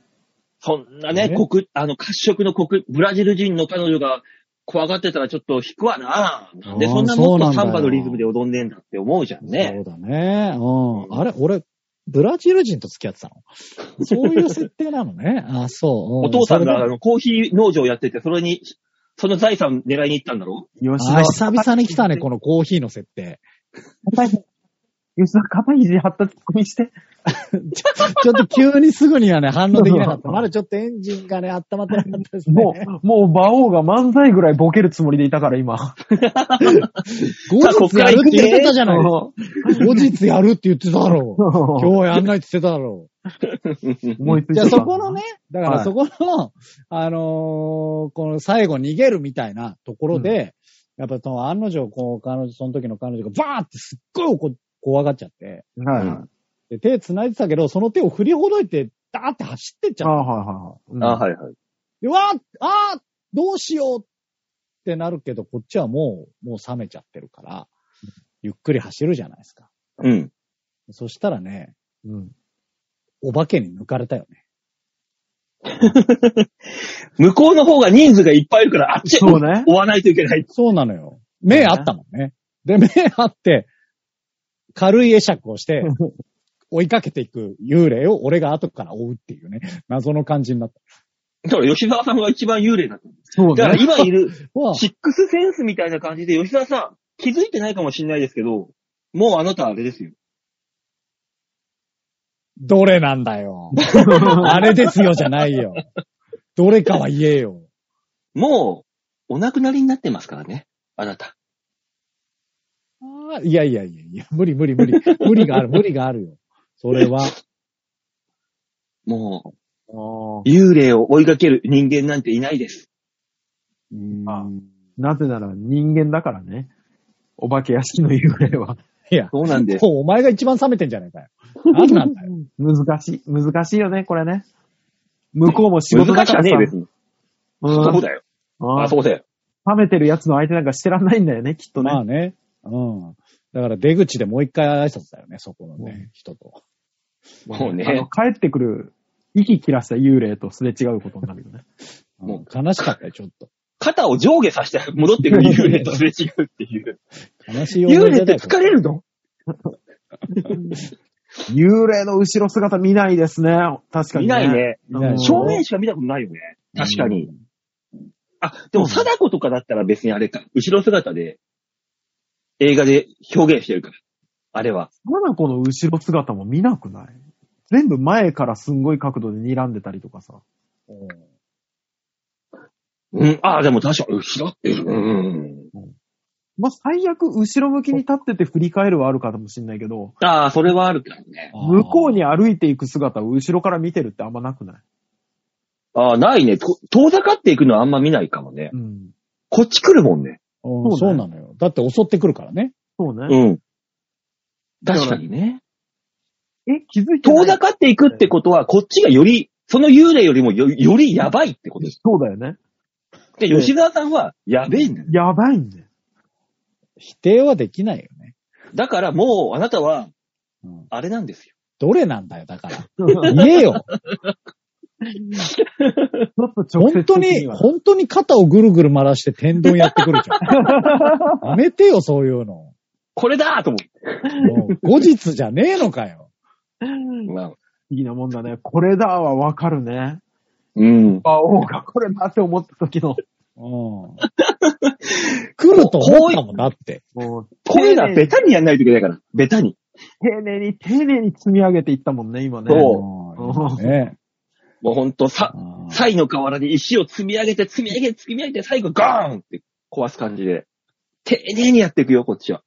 そんなね、
ね
国、あの、褐色の国、ブラジル人の彼女が怖がってたらちょっと引くわな。なんで、
あー
そんなも
そう
っ
な
と
んだ
サ
よ
ンバのリズムで踊んねえんだって思うじゃんね。
そうだね。うん。あれ、俺、ブラジル人と付き合ってたのそういう設定な のね。あ、そう。う
お父さんが
そ
あ
れで
のコーヒー農場やってて、それに、その財産狙いに行ったんだろ
吉
あー、久々に来たね、このコーヒーの設定。
肩ひ吉沢肩肘張ったツッコミ して。
ちょっと急にすぐに はね、反応できなかった。まだちょっとエンジンがね、温まってなかったですね。
もう、もう馬王が漫才ぐらいボケるつもりでいたから今。
後日やるって言ってたじゃない。
思
後日やるって言ってたろ う。今日やんないって言ってたろ
いつ
う。
い
じ
ち
ゃ
ゃ
あ
った
そこのね、だからそこの、あのーこの最後逃げるみたいなところで、やっぱその案の定、こう、彼女、その時の彼女がバーってすっごい怒怖がっちゃって、
はいはい。
で手繋いでたけど、その手を振りほどいて、ダーって走ってっちゃ
あ
った。
あ、はいはいは
はい
い。
はい。
で、わーあーどうしようってなるけど、こっちはもう、もう冷めちゃってるから、ゆっくり走るじゃないですか。
うん。
そしたらね、
うん。
お化けに抜かれたよね。
向こうの方が人数がいっぱいいるから、あっちへ
そう ね。
追わないといけない。
そうなのよ。目あったもんね。で、目あって、軽い会釈をして、追いかけていく幽霊を俺が後から追うっていうね、謎の感じになった。
だから吉沢さんが一番幽霊だった。
そう
だから
ね。
今いる、
わあ
シックスセンスみたいな感じで、吉沢さん、気づいてないかもしれないですけど、もうあなたあれですよ。
どれなんだ よ。あれですよじゃないよ。どれかは言えよ。
もう、お亡くなりになってますからね。あなた。
ああ、いやいやいやいや、無理無理無理。無理がある、無理があるよ。それは。
も
あ
う、
ー
幽霊を追いかける人間なんていないです。
うーん
あなぜなら人間だからね。お化け屋敷の幽霊は。
いや、
そうなんです。
もうお前が一番冷めてんじゃねえかよ。なんなん だよ。
難しい。難しいよね、これね。向こうも仕事だ
難し
か
くは
ら
ね
さ
え、別に。
う。
そうんだよ。
あ
あ、
ー
そうだよ。
冷めてる奴の相手なんかしてらんないんだよね、きっとね。
まあね。うん。だから出口でもう一回挨拶だよね、そこの
う
ね、人と。
もう
あの
ね。
帰ってくる、息切らした幽霊とすれ違うことになるよね。
うん
も
悲しかったよ、ちょっと。
肩を上下させて戻ってくる幽霊とすれ違うっていう。
悲しい 思
幽霊っ
い出だ
て
よ。
疲れるの
幽霊の後ろ姿見ないですね。確かに、
見ない。ね。
見ない
うん
正面しか見たことないよね。確かに。あ、でも、貞子とかだったら別にあれか。後ろ姿で、映画で表現してるから。あれは。
まだこの後ろ姿も見なくない全部前からすんごい角度で睨んでたりとかさ。
うん。
うん。ああ、でも確か、後ろって、うんうんうん。
まあ、最悪、後ろ向きに立ってて振り返るはあるかもしれないけど、
ああ、それはあるけどね。
向こうに歩いていく姿を後ろから見てるってあんまなくない
ああ、ないね。と遠ざかっていくのはあんま見ないかもね。
うん。
こっち来るもんね。
うん
そ
そうう
ね
なのよ。だって襲ってくるからね。
そうね。
うん。確かにね。
え、気づいてない
遠ざかっていくってことは、こっちがより、その幽霊よりもよよりやばいってことです。
そうだよね。
で、
うん
吉沢さんは、やべえんだよ。
やばいん だよ。
否定はできないよね。
だからもう、あなたは、
うん
あれなんですよ。
どれなんだよ、だから。 言えよ。
ちょっと
本
直接
当
的
に、
は
本当に肩をぐるぐる回らして天丼やってくるじゃん。やめてよ、そういうの。
これだーと思って。
もう後日じゃねえのかよ。
まあ、
不思議なもんだね。これだはわかるね。
うん。
あ、おうがこれだって思った時の。
うん。来ると思ったもんだって。
もう、
声がベタにやんないといけないから。ベタに。
丁寧に、丁寧に積み上げていったもんね、今ね。
そう
うんね
もうほんと、さ、
うん
サイの河原に石を積み上げて、積み上げて、積み上げて、最後、ゴーンって壊す感じで。丁寧にやっていくよ、こっちは。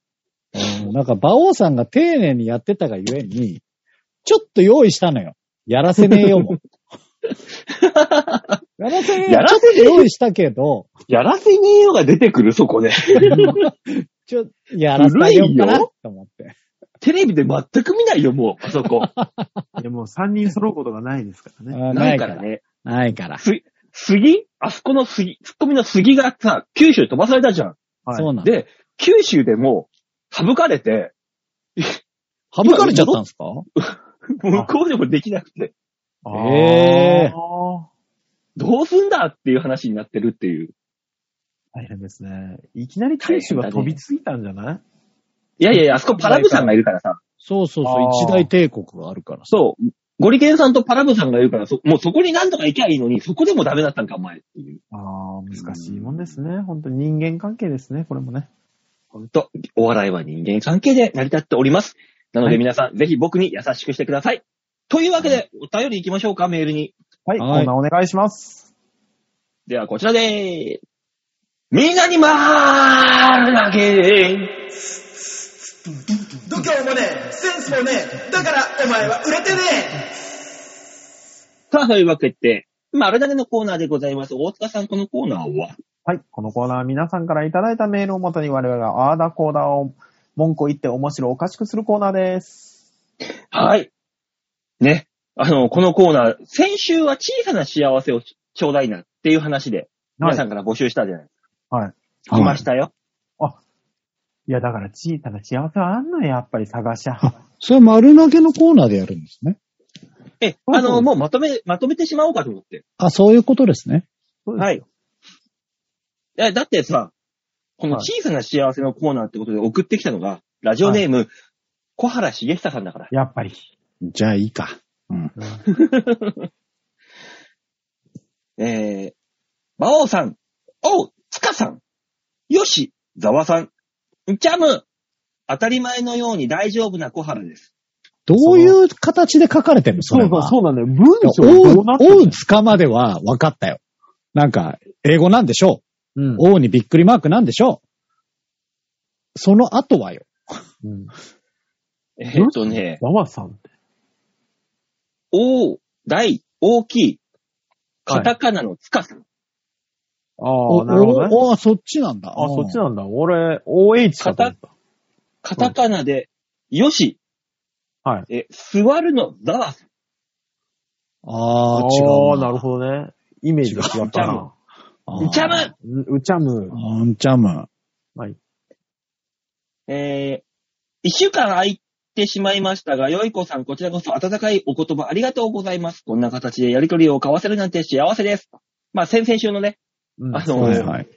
うんなんか、馬王さんが丁寧にやってたがゆえに、ちょっと用意したのよ。やらせねえよ も。やらせねえ
や
よ。
ら
ちょ
せ
っと用意したけど、
やらせねえよが出てくる、そこで。
ちょ、やらせてあげようかなと思って。
テレビで全く見ないよ、もう、あそこ。
でも3人揃うことがないですからね。
あ
な
ないい
か
からら。
ね。
ないから。
杉あそこの杉、ツッコミの杉がさ、九州に飛ばされたじゃん。
はい
そうなんだ。
で、九州でも、省かれて、
省かれちゃったんですか
向こうでもできなくて、
ええ
あ
どうすんだっていう話になってるっていう。
ー大変ですね。いきなり大使が飛びついたんじゃない、
いやいやいや、あそこパラブさんがいるからさ。
そうそう
あー
そう。一大帝国があるからさ。
そう。ゴリケンさんとパラブさんがいるから、そ、もうそこに何とか行きゃいいのに、そこでもダメだったんか、お前っていう。
ああ、難しいもんですね。本当に人間関係ですね、これもね。
ほんと、お笑いは人間関係で成り立っております。なの
は
で
い
皆さん、ぜひ僕に優しくしてください。というわけで、お便り行きましょうか、メールに。
はい、
は
こん
い
なお願いします。
では、こちらでーす。みんなにまーるだけ
度胸もねえ、センスもねえ、だからお前は売れてねえ
さあ、というわけで、丸投げのコーナーでございます。大塚さん、このコーナーは
はい、このコーナーは皆さんからいただいたメールをもとに我々があーだこーだを文句を言って面白おかしくするコーナーです。
はい。ね。あの、このコーナー、先週は小さな幸せをちちょうだいなっていう話で、皆さんから募集したじゃないですか。
はい。
来ましたよ。
いや、だから小さな幸せはあんのよ、やっぱり探しゃ。
それ丸投げのコーナーでやるんですね。
え、
そう
あ
そう。
の、もうまとめ、まとめてしまおうかと思って。
あ、そういうことですね。
はいい。え、だってさ、この
はい
小さな幸せのコーナーってことで送ってきたのが、ラジオネーム、小原茂久さんだから。
やっぱり。
じゃあいいか。うん。
えー、馬王さん、おう、つかさん、よし、ざわさん、ジャム、当たり前のように大丈夫な小原です。
どういう形で書かれてるのそ
そ
れ
うそう、
は。
そうなんだよ。文章
王
どうなってんの
王つかまでは分かったよ。なんか、英語なんでしょ
うん
う。王にびっくりマークなんでしょう。その後はよ。
うん。
えーっとね、
わわさんって。
おう、大、大きい、カタカナのつかさん。
あ
お
あ、なるほどね。
おあ、そっちなんだ。
あ、そっち
ん
なんだ。俺、OH かと思った。
カタカナで、よし、
はい。
えー座るのざわさん。
だ。ああ、違
あ
う
あ、なるほどね。イメージが違ったな。
ど
ジャム
うんうちゃむ。
うん、ジャム。
えー、一週間空いてしまいましたが、よいこさん、こちらこそ温かいお言葉ありがとうございます。こんな形でやりとりを交わせるなんて幸せです。まあ、先々週のね、
うん
あの
そうだよ
はい。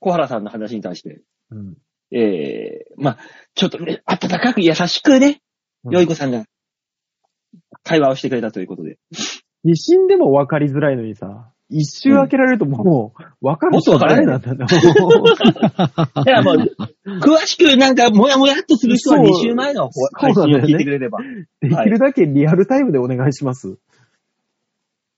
小原さんの話に対して、
うん
えー、まあ、ちょっとね、温かく優しくね、
うん
よいこさんが、会話をしてくれたということで。
地震でも分かりづらいのにさ、一周開けられるともう、分かる人誰なんだろう。
だからもう、詳しくなんか、もやもやっとする人は
そう
2週前の配信を聞いてくれれば。
できるだけリアルタイムでお願いします。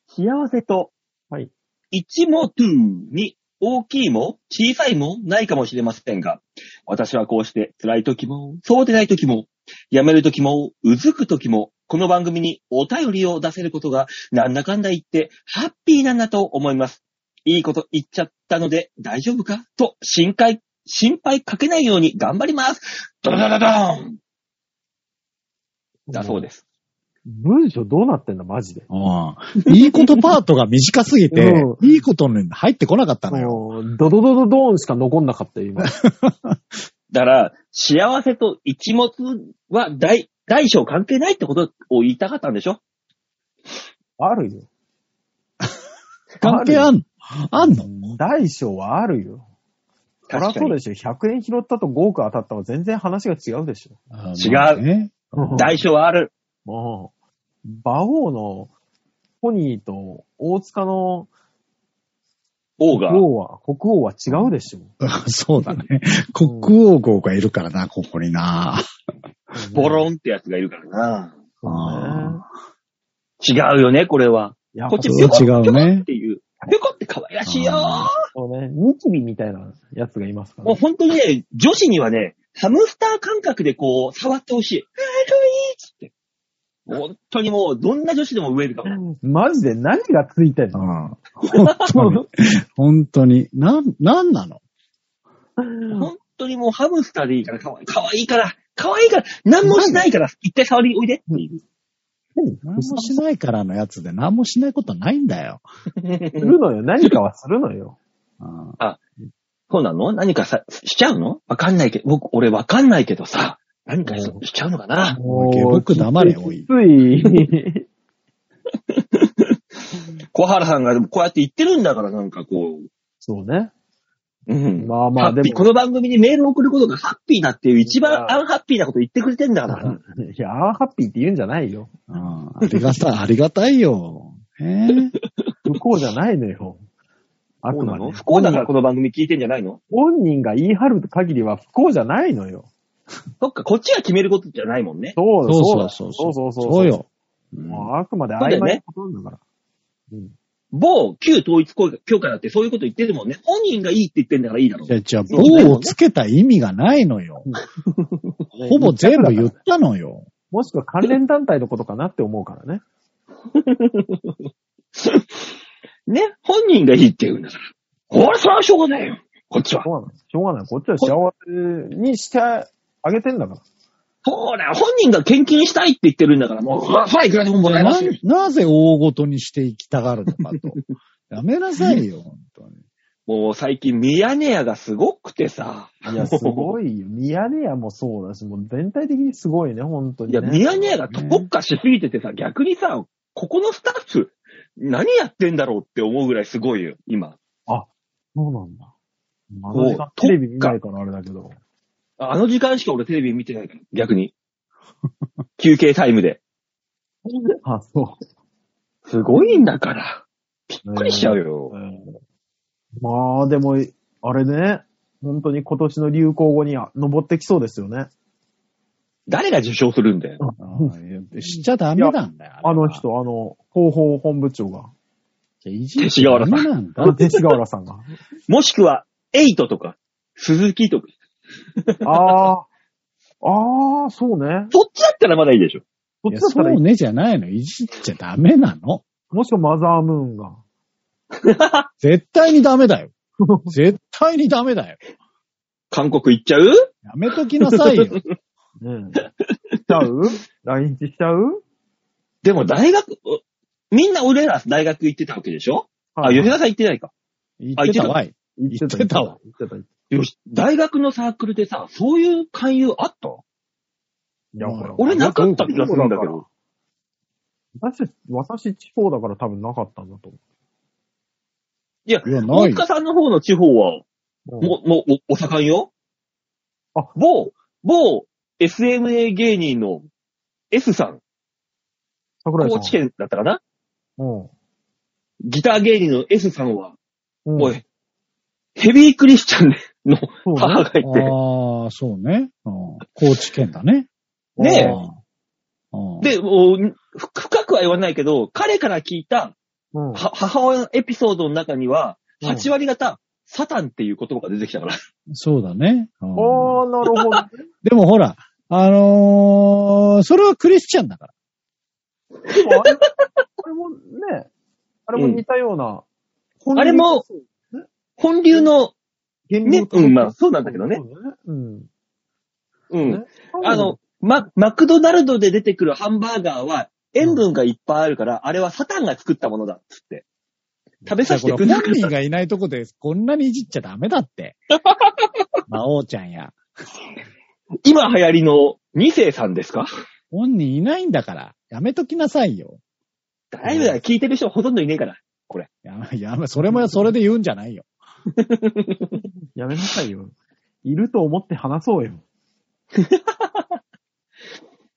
幸せと、
はい。
一もトゥーに大きいも小さいもないかもしれませんが、私はこうして辛い時も、そうでない時も、やめる時も、うずく時も、この番組にお便りを出せることが、なんだかんだ言って、ハッピーなんだと思います。いいこと言っちゃったので、大丈夫かと、心配、心配かけないように頑張ります。ドロドロドーンだそうです。
文章どうなってんだ、マジで。
うん。いいことパートが短すぎて、
う
いいことに入ってこなかったのよ。
もう、ドドドドドーンしか残んなかったよ、今。
だから、幸せと一物は大、大小関係ないってことを言いたかったんでしょ
あるよ。
関係あんのあんの
大小はあるよ。そりゃ
確か
そう
に。
でしょ。100円拾ったと5億当たったは全然話が違うでしょ。
違う
ね
代償はある。
もう、馬王のポニーと大塚の
王が。
王は、国王は違うでしょ。
そうだね。国王号がいるからな、ここにな。
ボロンってやつがいるからな。
あ
違うよね、これは。
いや
こっち
そ
ピ
れ
ョ
は
コ
違う
ピョコ
ね
っていう。ピョコって可愛らしいよ
あ
そうね、ニキビみたいなやつがいますから、
もう
ね。
本当にね、女子にはね、ハムスター感覚でこう、触ってほしい。あー、いいっつって。本当にもう、どんな女子でもウェルカム。
マジで何がついてん
う
の
ん。本当に。本当に。なん、なんなの
本当にもうハムスターでいいから、可愛い可愛いから、可愛いから、何もしないから、一回触りおいでっていう。
何もしないからのやつで何もしないことはないんだよ。
するのよ。何かはするのよ。
うん
そうなの何かさ、しちゃうのわかんないけど、僕、俺わかんないけどさ、何かししちゃうのかな
おい下僕黙れおい
きつい。
小原さんがでもこうやって言ってるんだから、なんかこう、
そうね。
うん。
まあま
ハ
あ、
ッ
で
ピー
も
こ。の番組にメールを送ることがハッピーだっていう一
い
番
や
アンハッピーなこと言ってくれてんだから。
いや、アーハッピーって言うんじゃないよ。
うんありがたい、 ありがたいよ。ね
不幸じゃないのよ。あくまで。
不幸だからこの番組聞いてんじゃないの
本人が言い張る限りは不幸じゃないのよ。
そっか、こっちが決めることじゃないもんね。
そうだ
そう
だ
そう
そうそうそう。
そう。よ。
もうあくまで曖昧なことなんだから。
某旧統一教会だってそういうこと言ってるもんね。本人がいいって言ってんだからいいだろう
じ。ゃあ、じゃあ、棒をつけた意味がないのよ。ほぼ全部言ったのよ。
もしくは関連団体のことかなって思うからね。
ね本人がいいって言うんだから。これ、それはしょうがないよ。こっちは
し。ょうがない。しょうがない。こっちは幸せにしてあげてんだから。
ほら、本人が献金したいって言ってるんだから、もう、そらそらいくらでももらえま
な
すよ。
なぜ大ごとにしていきたがるのかと。 やめなさいよ、本当に。
もう最近、ミヤネ屋がすごくてさ。
いや、すごいよ。ミヤネ屋もそうだし、もう全体的にすごいね、本当に、
い
ね。
や、ミヤネ屋が特化しすぎててさ、逆にさ、ここのスタッフ、何やってんだろうって思うぐらいすごいよ、今。
そうなんだ。ま
そう
だテレビ見ないからあれだけど。
あの時間しか俺テレビ見てないから、逆 に。休憩タイムで。
あ、そ
すごいんだから。
う。
びっくりしちゃうよ。
まあ、でも、あれね、本当に今年の流行語には上ってきそうですよね。
誰が受賞するんだよ。
ああいやしちゃダメなんだよ。れは
あの。人、あの、広報本部長が。
じゃあいじっ
勅使
ちゃ
河
ダ
原さ
メ
ん
なんだ
あ。弟子河原さ んが。
もしくは、エイトとか、鈴木とか。
ああ、ああ、そうね。
そっちだったらまだいいでしょ。
そっ
いや
ちだった
そ
らいいう
ねじゃないの。いじっちゃダメなの。
もしくはマザームーンが。
絶対にダ メだよ。絶対にダメだよ。
韓国行っちゃう
やめときなさ いよ。
ねえ。しちゃう来日しちゃう
でも大学、おみんな俺ら大学行ってたわけでしょあ、吉田さん行ってないか。
言ってたわい。
言
言ってたわ。
言ってた。言ってた
よし、大学のサークルでさ、そういう勧誘あった
いや、
うん
ほら。
俺なかった気がするんだけど。
私、私、地方だから多分なかったんだと
いや、な
大
いよ
塚。さんの方の地方は、
思う。
もう、もう、お、お盛んよ
あ
某、某、SMA 芸人の S さん、
桜井さん。
高知県だったかな
うん。
ギター芸人の S さんは、
うん
おい、ヘビークリスチャンの
そうね
母がいて、
ああ、そうね。うん高知県だね。
ねえ
うんうん
で、もう、ふ深くは言わないけど、彼から聞いた
うん。
は母親のエピソードの中には、
うん
8割方、サタンっていう言葉が出てきたから。
そうだね。うん
ああ、なるほど。
でもほら、あのーそれはクリスチャンだから。
でもあれ、あれもね、あれも似たような。
あれも、本流の、
原
ね、うん、まあそうなんだけどね
そ。うだね。うん。
うん。あの、マ、マクドナルドで出てくるハンバーガーは、塩分がいっぱいあるから、あれはサタンが作ったものだ、つって。食べさせてくん
だ
な
か
かっ
ら本
た
人。がいないとこでこんなにいじっちゃダメだ って。魔王ちゃんや。
今流行りの二世さんですか
本人いないんだから、やめときなさいよ。
だいぶだよ聞いてる人ほとんどいねえから。
やめ、やめ、それもそれで言うんじゃないよ。
やめなさいよ。いると思って話そうよ。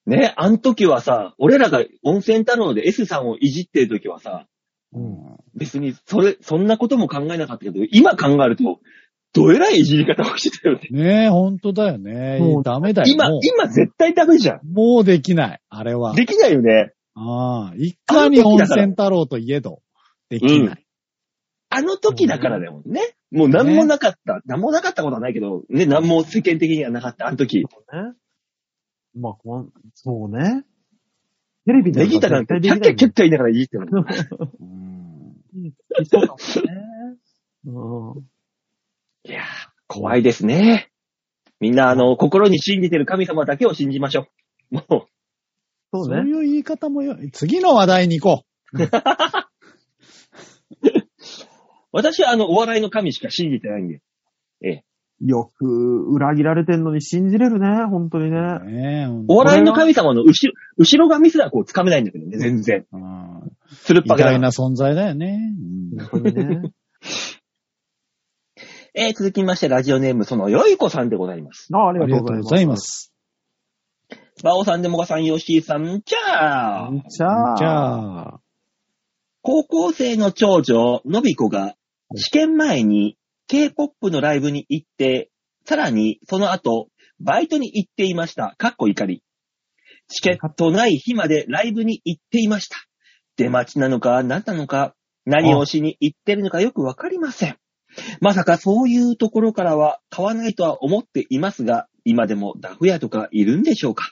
ね、あの時はさ、俺らが温泉太郎で S さんをいじってる時はさ、
うん
別にそれ、そんなことも考えなかったけど、今考えると、どえらいいじり方をしてたよね。
ねえ、ほんとだよね
も。う
ダメだよ。
今
も、
今絶対ダメじゃん。
うもうできない、あれは。
できないよね。
ああ、いかに温泉太郎といえど、できない。
あの時だからだもんね。もう何もなかった。何もなかったことはないけど、ね、何も世間的にはなかった。あの時。
ね。まあ、こんそうね。テレビで
ネギタなんて、キャッキャッキャッキャ言いながらいいってもん。
うん
いそうかもね。
いやー、怖いですね。みんな、あの、心に信じてる神様だけを信じましょう。もう、
うん。そ
そうう
ね。
いう言い方もよ、次の話題に行こ
私はあの、お笑いの神しか信じてないんで。
よく裏切られてんのに信じれるね、本当にね。
う。ねえ、ほんと
お笑いの神様の後ろ、後ろ髪すらこう掴めないんだけどね、全然。
うん
するっ
偉
ぱけ
大
だな。
な存在だよね。うん
本当にね。
えー続きまして、ラジオネーム、そのよいこさんでございます。
ああり
あ
が
り
と
が
う
と
ございうま
ご
す。
ざいます。
バオさん、でもかさん、ヨッシーさん、じゃあ
じゃあ、
じゃあ、
高校生の長女、のびこが、試験前に K-POP のライブに行って、さらにその後、バイトに行っていました。かっこ怒り。チケットない日までライブに行っていました。出待ちなのか何なのか、何をしに行ってるのかよくわかりません。まさかそういうところからは買わないとは思っていますが、今でもダフ屋とかいるんでしょうか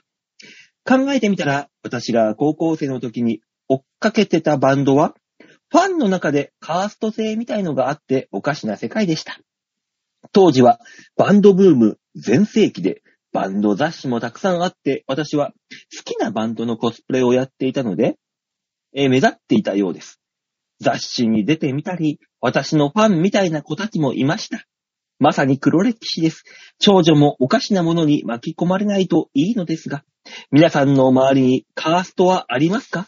考えてみたら、私が高校生の時に追っかけてたバンドは、ファンの中でカースト制みたいのがあっておかしな世界でした。当時はバンドブーム全盛期でバンド雑誌もたくさんあって私は好きなバンドのコスプレをやっていたので、えー目立っていたようです。雑誌に出てみたり、私のファンみたいな子たちもいました。まさに黒歴史です。長女もおかしなものに巻き込まれないといいのですが、皆さんの周りにカーストはありますか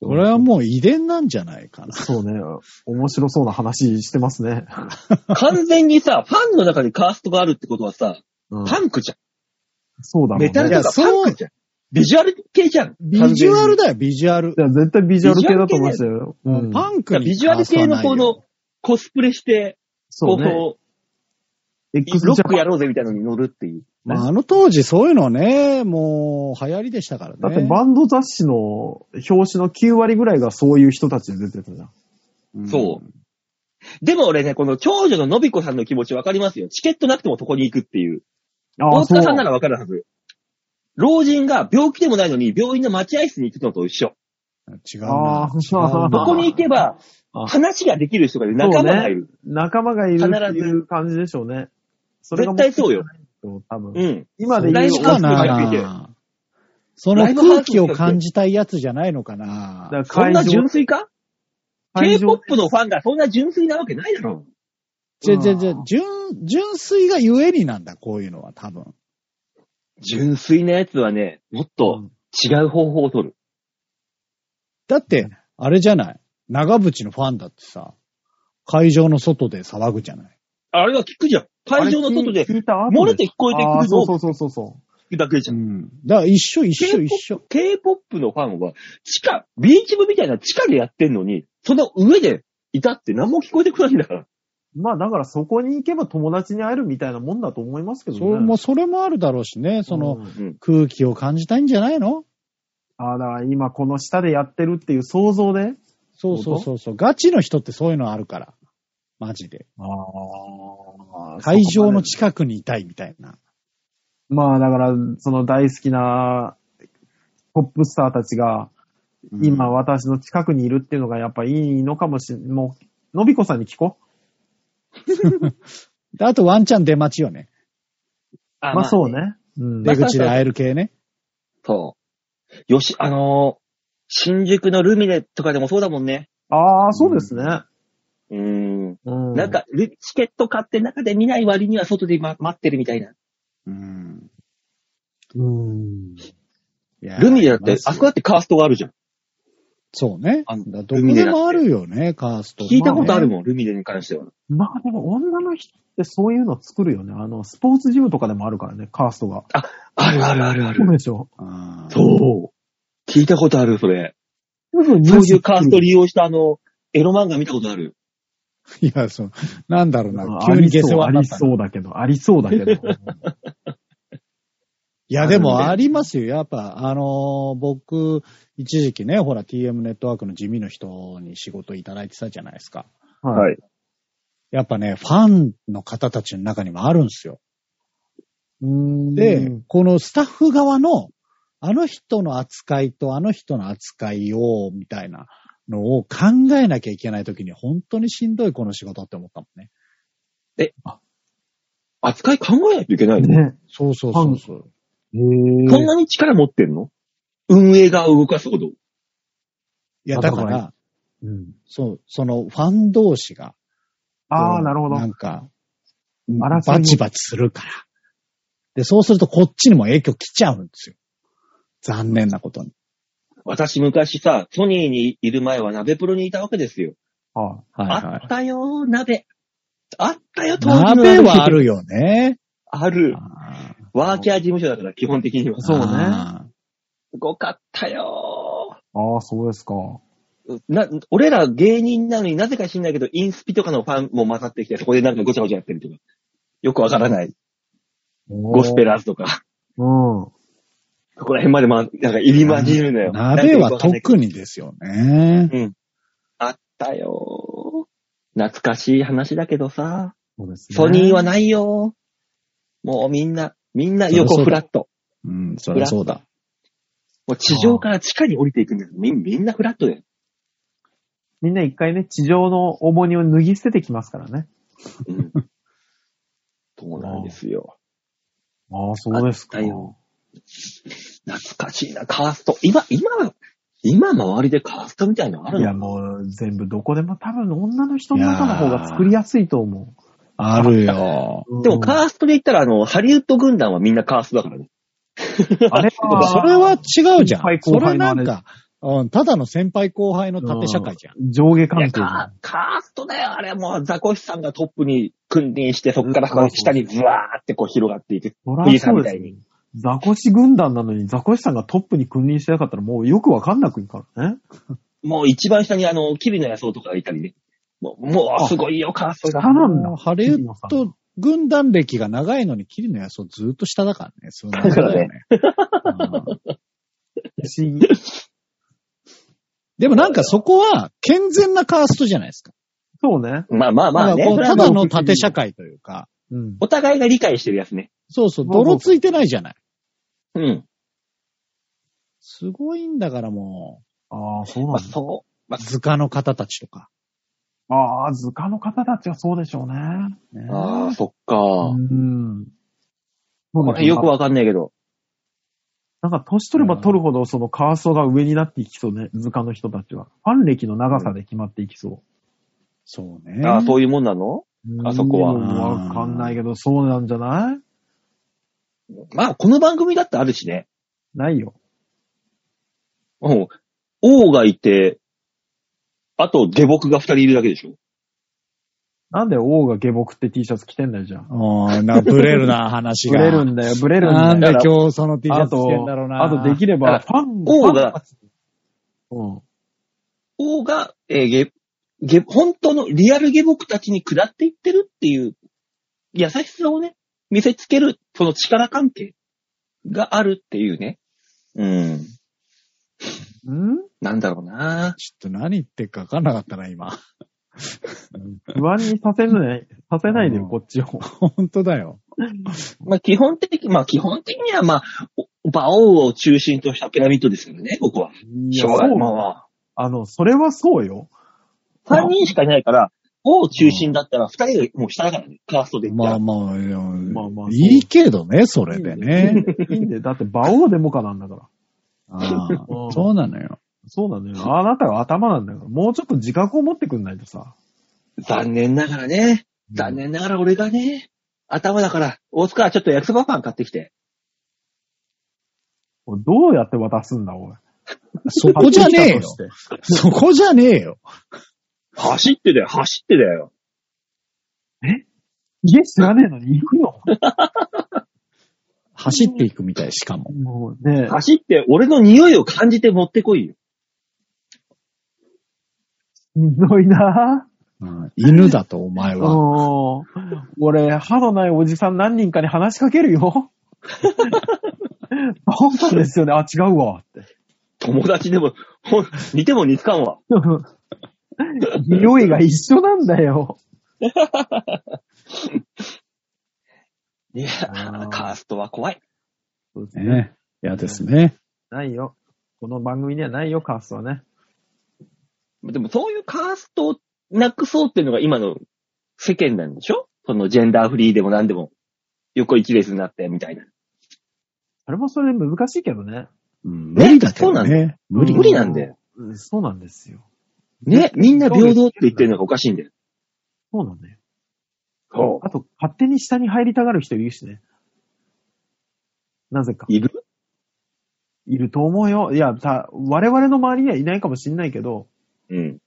これはもう遺伝なんじゃないかな。
そうね。面白そうな話してますね。
完全にさ、ファンの中にカーストがあるってことはさ、
うん
パンクじゃ
そうだろ
ん。
うね。
メタルと
いや
か
そう
パンクじゃん。ビジュアル系じゃん。
ビジュアルだよ、ビジュアル
い。や、絶対ビジュアル系だと思いましたよ。うん
パン
完全
ク
に
に
ビジュアル系の
カ
こ
ーストはないよ
の、コスプレして、
そ
こ
うね。
う、
X
ロ
ジ
ッ
ャ
ク
パ
や
ン。
ろうぜみたいなのに乗るっていう。
まあ、あの当時そういうのね、もう流行りでしたからね。
だってバンド雑誌の表紙の9割ぐらいがそういう人たちで出てたじゃん。
うん
そう。でも俺ね、この長女ののびこさんの気持ちわかりますよ。チケットなくてもそこに行くっていう。
あ
大
あ、そう
塚さんならわかるはず。老人が病気でもないのに病院の待合室に行くのと一緒。
違うな
あ。ー
違うな
ここに行けば
あ
話ができる人がいる。仲間がいる。
仲間がいるって
必
い
ず
う感じでしょうね。それが
絶対そうよ。
多分、
うん。
今で
ラ
言
イ
う
ブ
そうか
ライブ
な。その空気を感じたいやつじゃないのかな。
だ
そ
か
ん
ら
な
会場
純粋か
会場
?K-POP のファンがそんな純粋なわけないだろ。
じゃじゃじゃ、純、純粋がゆえになんだ、こういうのは多分。
純粋なやつはね、もっと違う方法を取る。
だって、あれじゃない。長渕のファンだってさ、会場の外で騒ぐじゃない。
あれは聞くじゃん。会場の外で
あれ聞いた後で
漏れて聞こえてく
あ
る
ー
の
そう
を聞
そうそうそうそ
くだけじゃん。
だから一緒一緒
K-POP
一緒。
K-POP のファンは、地下、ビーチ部みたいな地下でやってんのに、その上でいたって何も聞こえてこないんだから。
う。まあだからそこに行けば友達に会えるみたいなもんだと思いますけどね。
そう、もうそれもあるだろうしね、その
うん
空気を感じたいんじゃないの
ああ、だから今この下でやってるっていう想像で。
そうそうそうそう。ガチの人ってそういうのあるから。マジで。
あー
会場の近くにいたいみたいな。
まあだから、その大好きなポップスターたちが、今
うん
私の近くにいるっていうのがやっぱいいのかもしれもう、のびこさんに聞こう。
であとワンチャン出待ちよね。
あ
まあそう。ね。うん。
出口で会える系ね。
そう。よし、あのー新宿のルミネとかでもそうだもんね。
ああ、そうですね。
うーん。
うん。
なんか、ルチケット買って中で見ない割には外でま待ってるみたいな。
うん。
うん。
いや
ルミネだって、あそこ
まず
だってカーストがあるじゃん。
そうね。
あの
だどこでもあるよね、カースト。
聞いたことある
ん。
もん、ルミネに関しては。
まあでも女の人ってそういうの作るよね。あの、スポーツジムとかでもあるからね、カーストが。
あるあるあるあ
そう。でしょ。
あー
そう。聞いたことある、それ。そういうカースト利用したあの、エロ漫画見たことある。
いや、そう。なんだろうな、
あ
急に
り
下世
そう、
話
あ
にな
り
ったな。
そうだけど、ありそう だけど。
いや、でもありますよ。やっぱ、あのー僕、一時期ね、ほら、TM ネットワークの地味の人に仕事いただいてたじゃないですか。
は
い。
い。
やっぱね、ファンの方たちの中にもあるんですよ。で、
で、
このスタッフ側の、あの人の扱いとあの人の扱いを、みたいなのを考えなきゃいけないときに、本当にしんどいこの仕事って思ったもんね。
扱い考えないといけないの、
ね。
そうそうそうそう。
そ
へ
んなに力持ってんの運営側を動かすほど。
いや、だか、
あだから
そう、そのファン同士が、
ああ、なるほど。
なんか、
争い
バ
も
チバチするから。で、そうするとこっちにも影響来ちゃうんですよ。残念なことに。
私昔さ、ソニーにいる前は鍋プロにいたわけですよ。
は
あ
は
ったよ、鍋。あったよ、当時の
鍋はあ。るよね。
ある。ワーキャー事務所だから、基本的には。
そうね
あ
すごかったよ。
いああ、そうですか。
な、俺ら芸人なのになぜか知んないけど、インスピとかのファンも混ざってきて、そこでなんかごちゃごちゃやってるとか。よくわからない。ゴ
ゴ
スペ。ラーズとか。
うん。
そこら辺までま、なんか入り混じるのよ。
ー。鍋は
なんかよくわかんないけど
特にですよね。
あったよ。懐かしい話だけどさ。
そうですね。
ソニーはないよ。もうみんな、みんな横フラット。
うん、そりゃそうだ。
もう地上から地下に降りていくんです。みみんなフラットで。
みんな一回ね、地上の重荷を脱ぎ捨ててきますからね。
うん。 そうなんですよ。
ああ、そ
あったよ懐かしいな、カースト。今、今、今周りでカーストみたいなのある
いや、
の
もう全部どこでも多分女の人の中の方が作りやすいと思
あるよ。
う。
でも
うん
カーストで言ったら、あの、ハリウッド軍団はみんなカーストだからね。
あれは、
それは違うじゃん
先輩。
そ
後
れ
輩の
な
あれ
んか、うん、ただの先輩後輩の縦社会じゃん。
上下
い
関
や、
係。
カーカーストだよ、あれはもうザコシさんがトップに君臨して、そっからこう下にズワーってこう広がっていく。
そらそう
藤井さんみた
です
い
よ
に。
ザコシ軍団なのに、ザコシさんがトップに君臨してなかったらもうよくわかんなくいからね。
もう一番下にあの、キリの野草とかがいたりね。もう、もう、
あ
すごいよ、カースト
下
が。
なんだ。
ハリウッと軍団歴が長いのに、キリの野草ずっと下だからね。そうなんだよね。うん
不思議
でもなんかそこは健全なカーストじゃないですか。
そうね。
まあまあまあね。
なんかこうた
それは
だ
もう
の縦社会というか、
うん。
お互いが理解してるやつね。
そうそう、泥ついてないじゃない。
うん。
すごいんだからも
ああ、そう
ま
な
あ
んだ。
そう。ま
う、図鑑の方たちとか。
ああ、図鑑の方たちはそうでしょうね。
ね
あ、あー、そっか。
うん。
この辺よくわかんないけど。
なんか年取れば取るほどそのカーストが上になっていきそうね、図鑑の人たちは。ファン歴の長さで決まっていきそ
そうね。
ああ、そういうもんなの
う。
あそこは
うんわかんないけど、そうなんじゃない
まあ、この番組だってあるしね。
ないよ。
うん。王がいて、あと下僕が二人いるだけでしょ。
なんで王が下僕って T シャツ着てんだよ、じゃあ。
おーなんかブレるな、話
ブ
が。
レるんだよ、ブレるんだ
な
よ。
んで今日その T シャ
あ
ツ着てん
と
だろう、な。
あとできれば、ファン、
王が、
ファンうん。
王が、えー、下、下、本当のリアル下僕たちに下っていってるっていう、優しさをね、見せつける、その力関係があるっていうね。うん。
うん
なんだろうな。
ちょっと何言ってるか分かんなかったな、今。
不安にさせない、させないで
う
よ、
ん
こっちを。
本当だよ。
まあ基本的、まあ基本的にはまあ、お馬王を中心としたピラミッドですよね、ここは。
い
しょうがない。まあ
そう
まあ。
あの、それはそうよ。
3人しかいないから、王を中心だったら2人がもう下だからね、カーストで言った
ま
ら。
あまあ、いや
まあまあ
いいけどね、それでね。
いいんだよ。だって、馬王でもかなんだから。
あ
う
あ
ん
そうなのよ。
そうなのよ。 あなたが頭なんだから。もうちょっと自覚を持ってくんないとさ。
残念ながらね、残念ながら俺がね、頭だから、大塚はちょっと焼きそばパン買ってきて。
おいどうやって渡すんだ、おい。
そこじゃねえ
買ってきた
よ
と。して
そこじゃねえよ。
走ってだよ、走ってだよ。
家知らねえのに行くの
走っていくみたい、しかも。
もうね
走って俺の匂いを感じて持ってこいよ。
しんどいな
うん犬だと、お前は。
うん。俺、歯のないおじさん何人かに話しかけるよ。本当ですよね。あ、違うわ。 って。
友達でも、ほん似ても似つかんわ。
匂いが一緒なんだよ。
いや、
あー
カーストは怖い。
そうですね。
ね。嫌ですね。
ないよ。この番組にはないよ、カーストはね。
でもそういうカーストをなくそうっていうのが今の世間なんでしょそのジェンダーフリーでも何でも横一列になってみたいな。
それもそれで難しいけどね。
うん無理だけ
そうな
ど
んだ
ね。無理。
無理なんだよ。
うんそうなんですよ。
ね、みんな平等って言ってるのがおかしいんだよ。
そうなんだよ。
そ
あと、勝手に下に入りたがる人いるしね。なぜか。
いる
いると思うよ。いや、た、我々の周りにはいないかもしんないけど、
うん。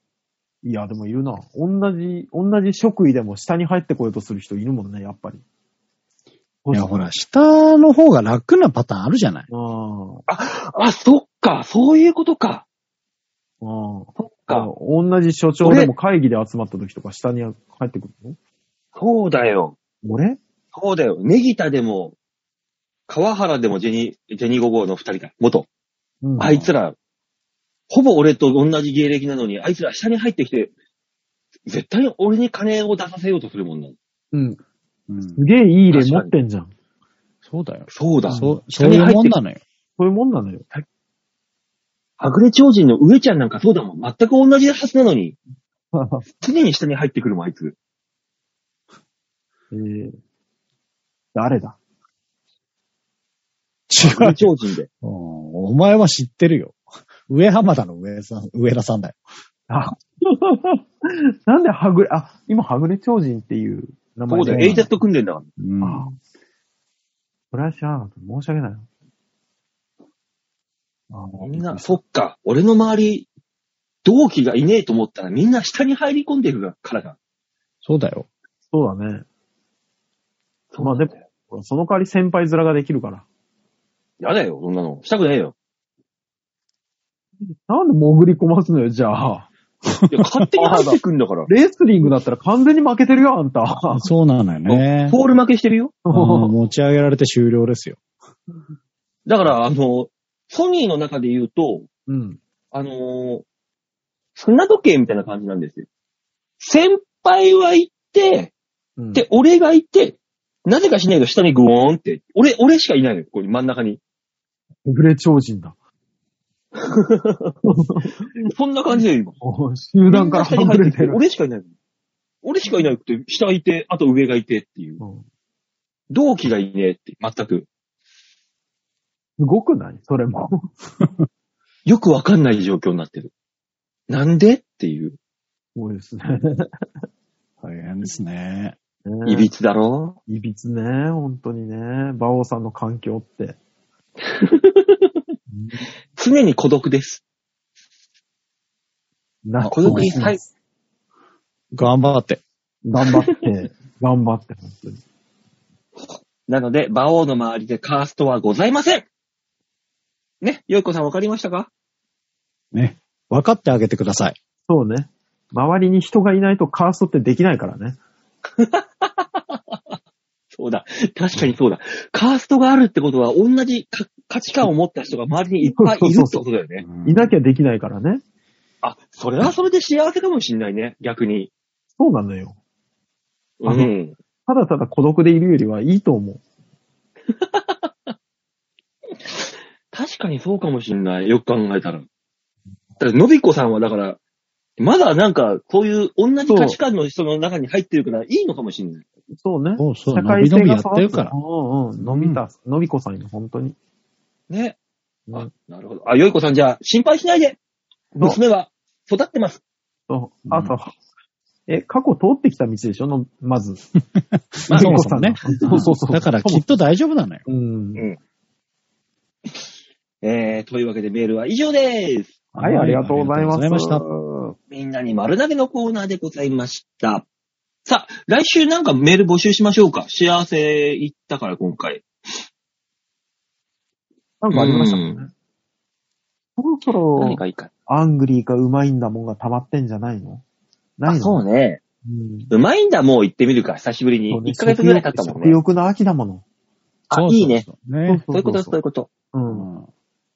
いや、でもいるな。同じ、同じ職位でも下に入ってこようとする人いるもんね、やっぱり。
いや、ほら、下の方が楽なパターンあるじゃない。
うん。
あ、そっか、そういうことか。
うん。
そっか、
同じ所長でも会議で集まった時とか下に入ってくるの
そうだよ。
俺
そうだよ。ネギタでも、川原でもジェニー、ジェニー5号の二人だ。元。
うん
あいつら、ほぼ俺と同じ芸歴なのに、あいつら下に入ってきて、絶対俺に金を出させようとするもんなの。
うん。
うん
すげえいい例持ってんじゃん。
そうだよ。
そうだ。
そう、
下
そう
に
い
入
う
っ
も
て
ん
き
な
て、
のよ。
そういうもんなのよ。
はぐれ超人の上ちゃんなんかそうだもん。全く同じはずなのに、常に下に入ってくるもん、あいつ。
えー、誰だ
違
はぐれ
う
超人で。
うんお前は知ってるよ。 上浜田の上さん、上田さんだよ。
あ、 なんではぐれ、あ、今はぐれ超人っていう名
そ
前
うだよ。
え
A ジャット組んでんだから。
うん
あそれは知らなかった。申し訳ない。あ
みんな、そっか、俺の周り、同期がいねえと思ったらみんな下に入り込んでるからだ。
そうだよ。
そうだね。まあ
そうなん
でも
だよ、
ほらその代わり先輩面ができるから。
やだよ、そんなの。したくね えよ。
なんで潜り込ますのよ、じゃあ。
いや、勝手に入ってくんだ から。
レスリングだったら完全に負けてるよ、あんた。
そうなのよね。
フォール負けしてるよ。
うん持ち上げられて終了ですよ。
だから、あの、ソニーの中で言うと、
うん。
あのー砂時計みたいな感じなんですよ。先輩はいて、
うん
で、俺がいて、なぜかしないと下にグオーンって、俺、俺しかいないのよ、ここに真ん中に。
グレ超人だ。
そんな感じで今。
お集団からはぐれてる。
俺しかいない。俺しかいなくて、下いて、あと上がいてっていう。
うん
同期がいねえって、全く。
すごくないそれも。
よくわかんない状況になってる。なんでっていう。
すごいですね。
大変ですね。
ね
いびつだろ
いびつね、本当にね。馬王さんの環境って。
常に孤独です。
な
孤独に
そうで
最
す
頑張って。
頑張 って、頑張って、本当に。
なので、馬王の周りでカーストはございませんね、よいこさんわかりましたか
ね。分かってあげてください。
そうね。周りに人がいないとカーストってできないからね。
そうだ。確かにそうだ。カーストがあるってことは、同じか価値観を持った人が周りにいっぱいいるってことだよね。
いなきゃできないからね。
あ、それはそれで幸せかもしんないね、逆に。
そうなのよ。あ
う
の
ん。
ただただ孤独でいるよりはいいと思う。
確かにそうかもしんない。よく考えたら。だから、のびこさんはだから、まだなんか、そういう同じ価値観の人の中に入ってるからいいのかもしんない。
そうね。
そうそう
社会性
伸
が育つ
び伸びやってるから
うんうん。伸びた、伸びこさんよ、本当に。
ね。
うん
あ、なるほど。あ、よいこさんじゃあ、心配しないで
そう
娘は育ってます。
そう。あと、え、過去通ってきた道でしょのま ず。
まあ
のびこさんの
そも
そうそう そう。
だからきっと大丈夫なのよ。
うん。
えー、というわけでメールは以上です。
はい、ありがとうございます。
ありがとうございました。
みんなに丸投げのコーナーでございました。さあ、来週なんかメール募集しましょうか。幸せいったから今回。
なんかありました
う
ね
ん。
そろそろ
何、かいいか。
アングリーかうまいんだもんが溜まってんじゃないのない
あ、
の
そうね。
うん。
うまいんだ、もう行ってみるか。久しぶりに。
そうね
1ヶ月ぐらい経ったもん
食
ね。
欲の秋だもの。
あ
そう、そう
いいね。。
ね。
そういうこと、そういうこと。
う。
うんん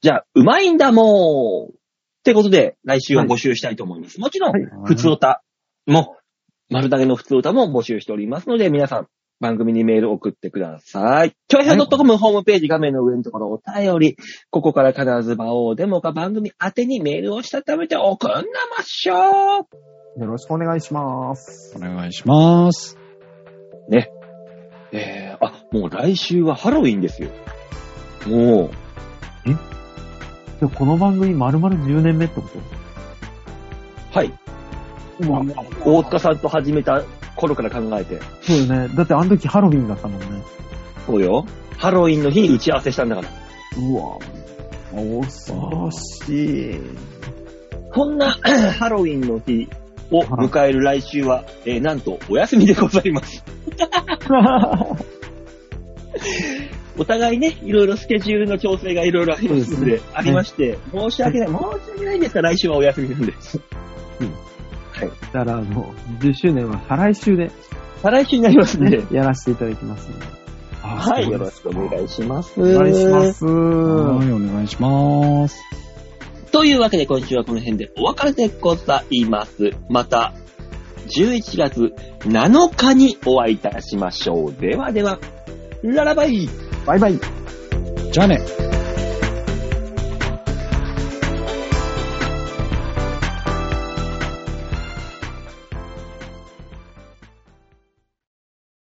じゃあ、うまいんだもんってことで、来週は募集したいと思います。もちろん
はい、
普通歌も、丸投げの普通歌も募集しておりますので、皆さん、番組にメール送ってください。ちょいひょ .com ホームページ画面の上のところお便り、ここから必ず場をデモか番組宛てにメールをしたためて送んなましょう
よろしくお願いします。
お願いします。
えー、あ、もう来週はハロウィンですよ。もう、
でこの番組丸々10年目ってこと
はい。
うわ
大塚さんと始めた頃から考えて。
そうよね。だってあの時ハロウィンだったもんね。
そうよ。ハロウィンの日に打ち合わせしたんだから。
うわ恐ろしい。
そんな ハロウィンの日を迎える来週は、えーなんとお休みでございます。お互いね、いろいろスケジュールの調整がいろいろありますの
そうで
で、ありまして、申し訳ない、申し訳ないんですが、来週はお休みなんです。
だからあの、10周年は再来週で、
再来週になりますんで
ね、、やらせていただきますので。
はい、よろ
お
しくお願いします。
願いします。
はい、お願いします。
というわけで今週はこの辺でお別れでございます。また、11月7日にお会いいたしましょう。ではでは、ララバイ
バイバイ。
じゃあね。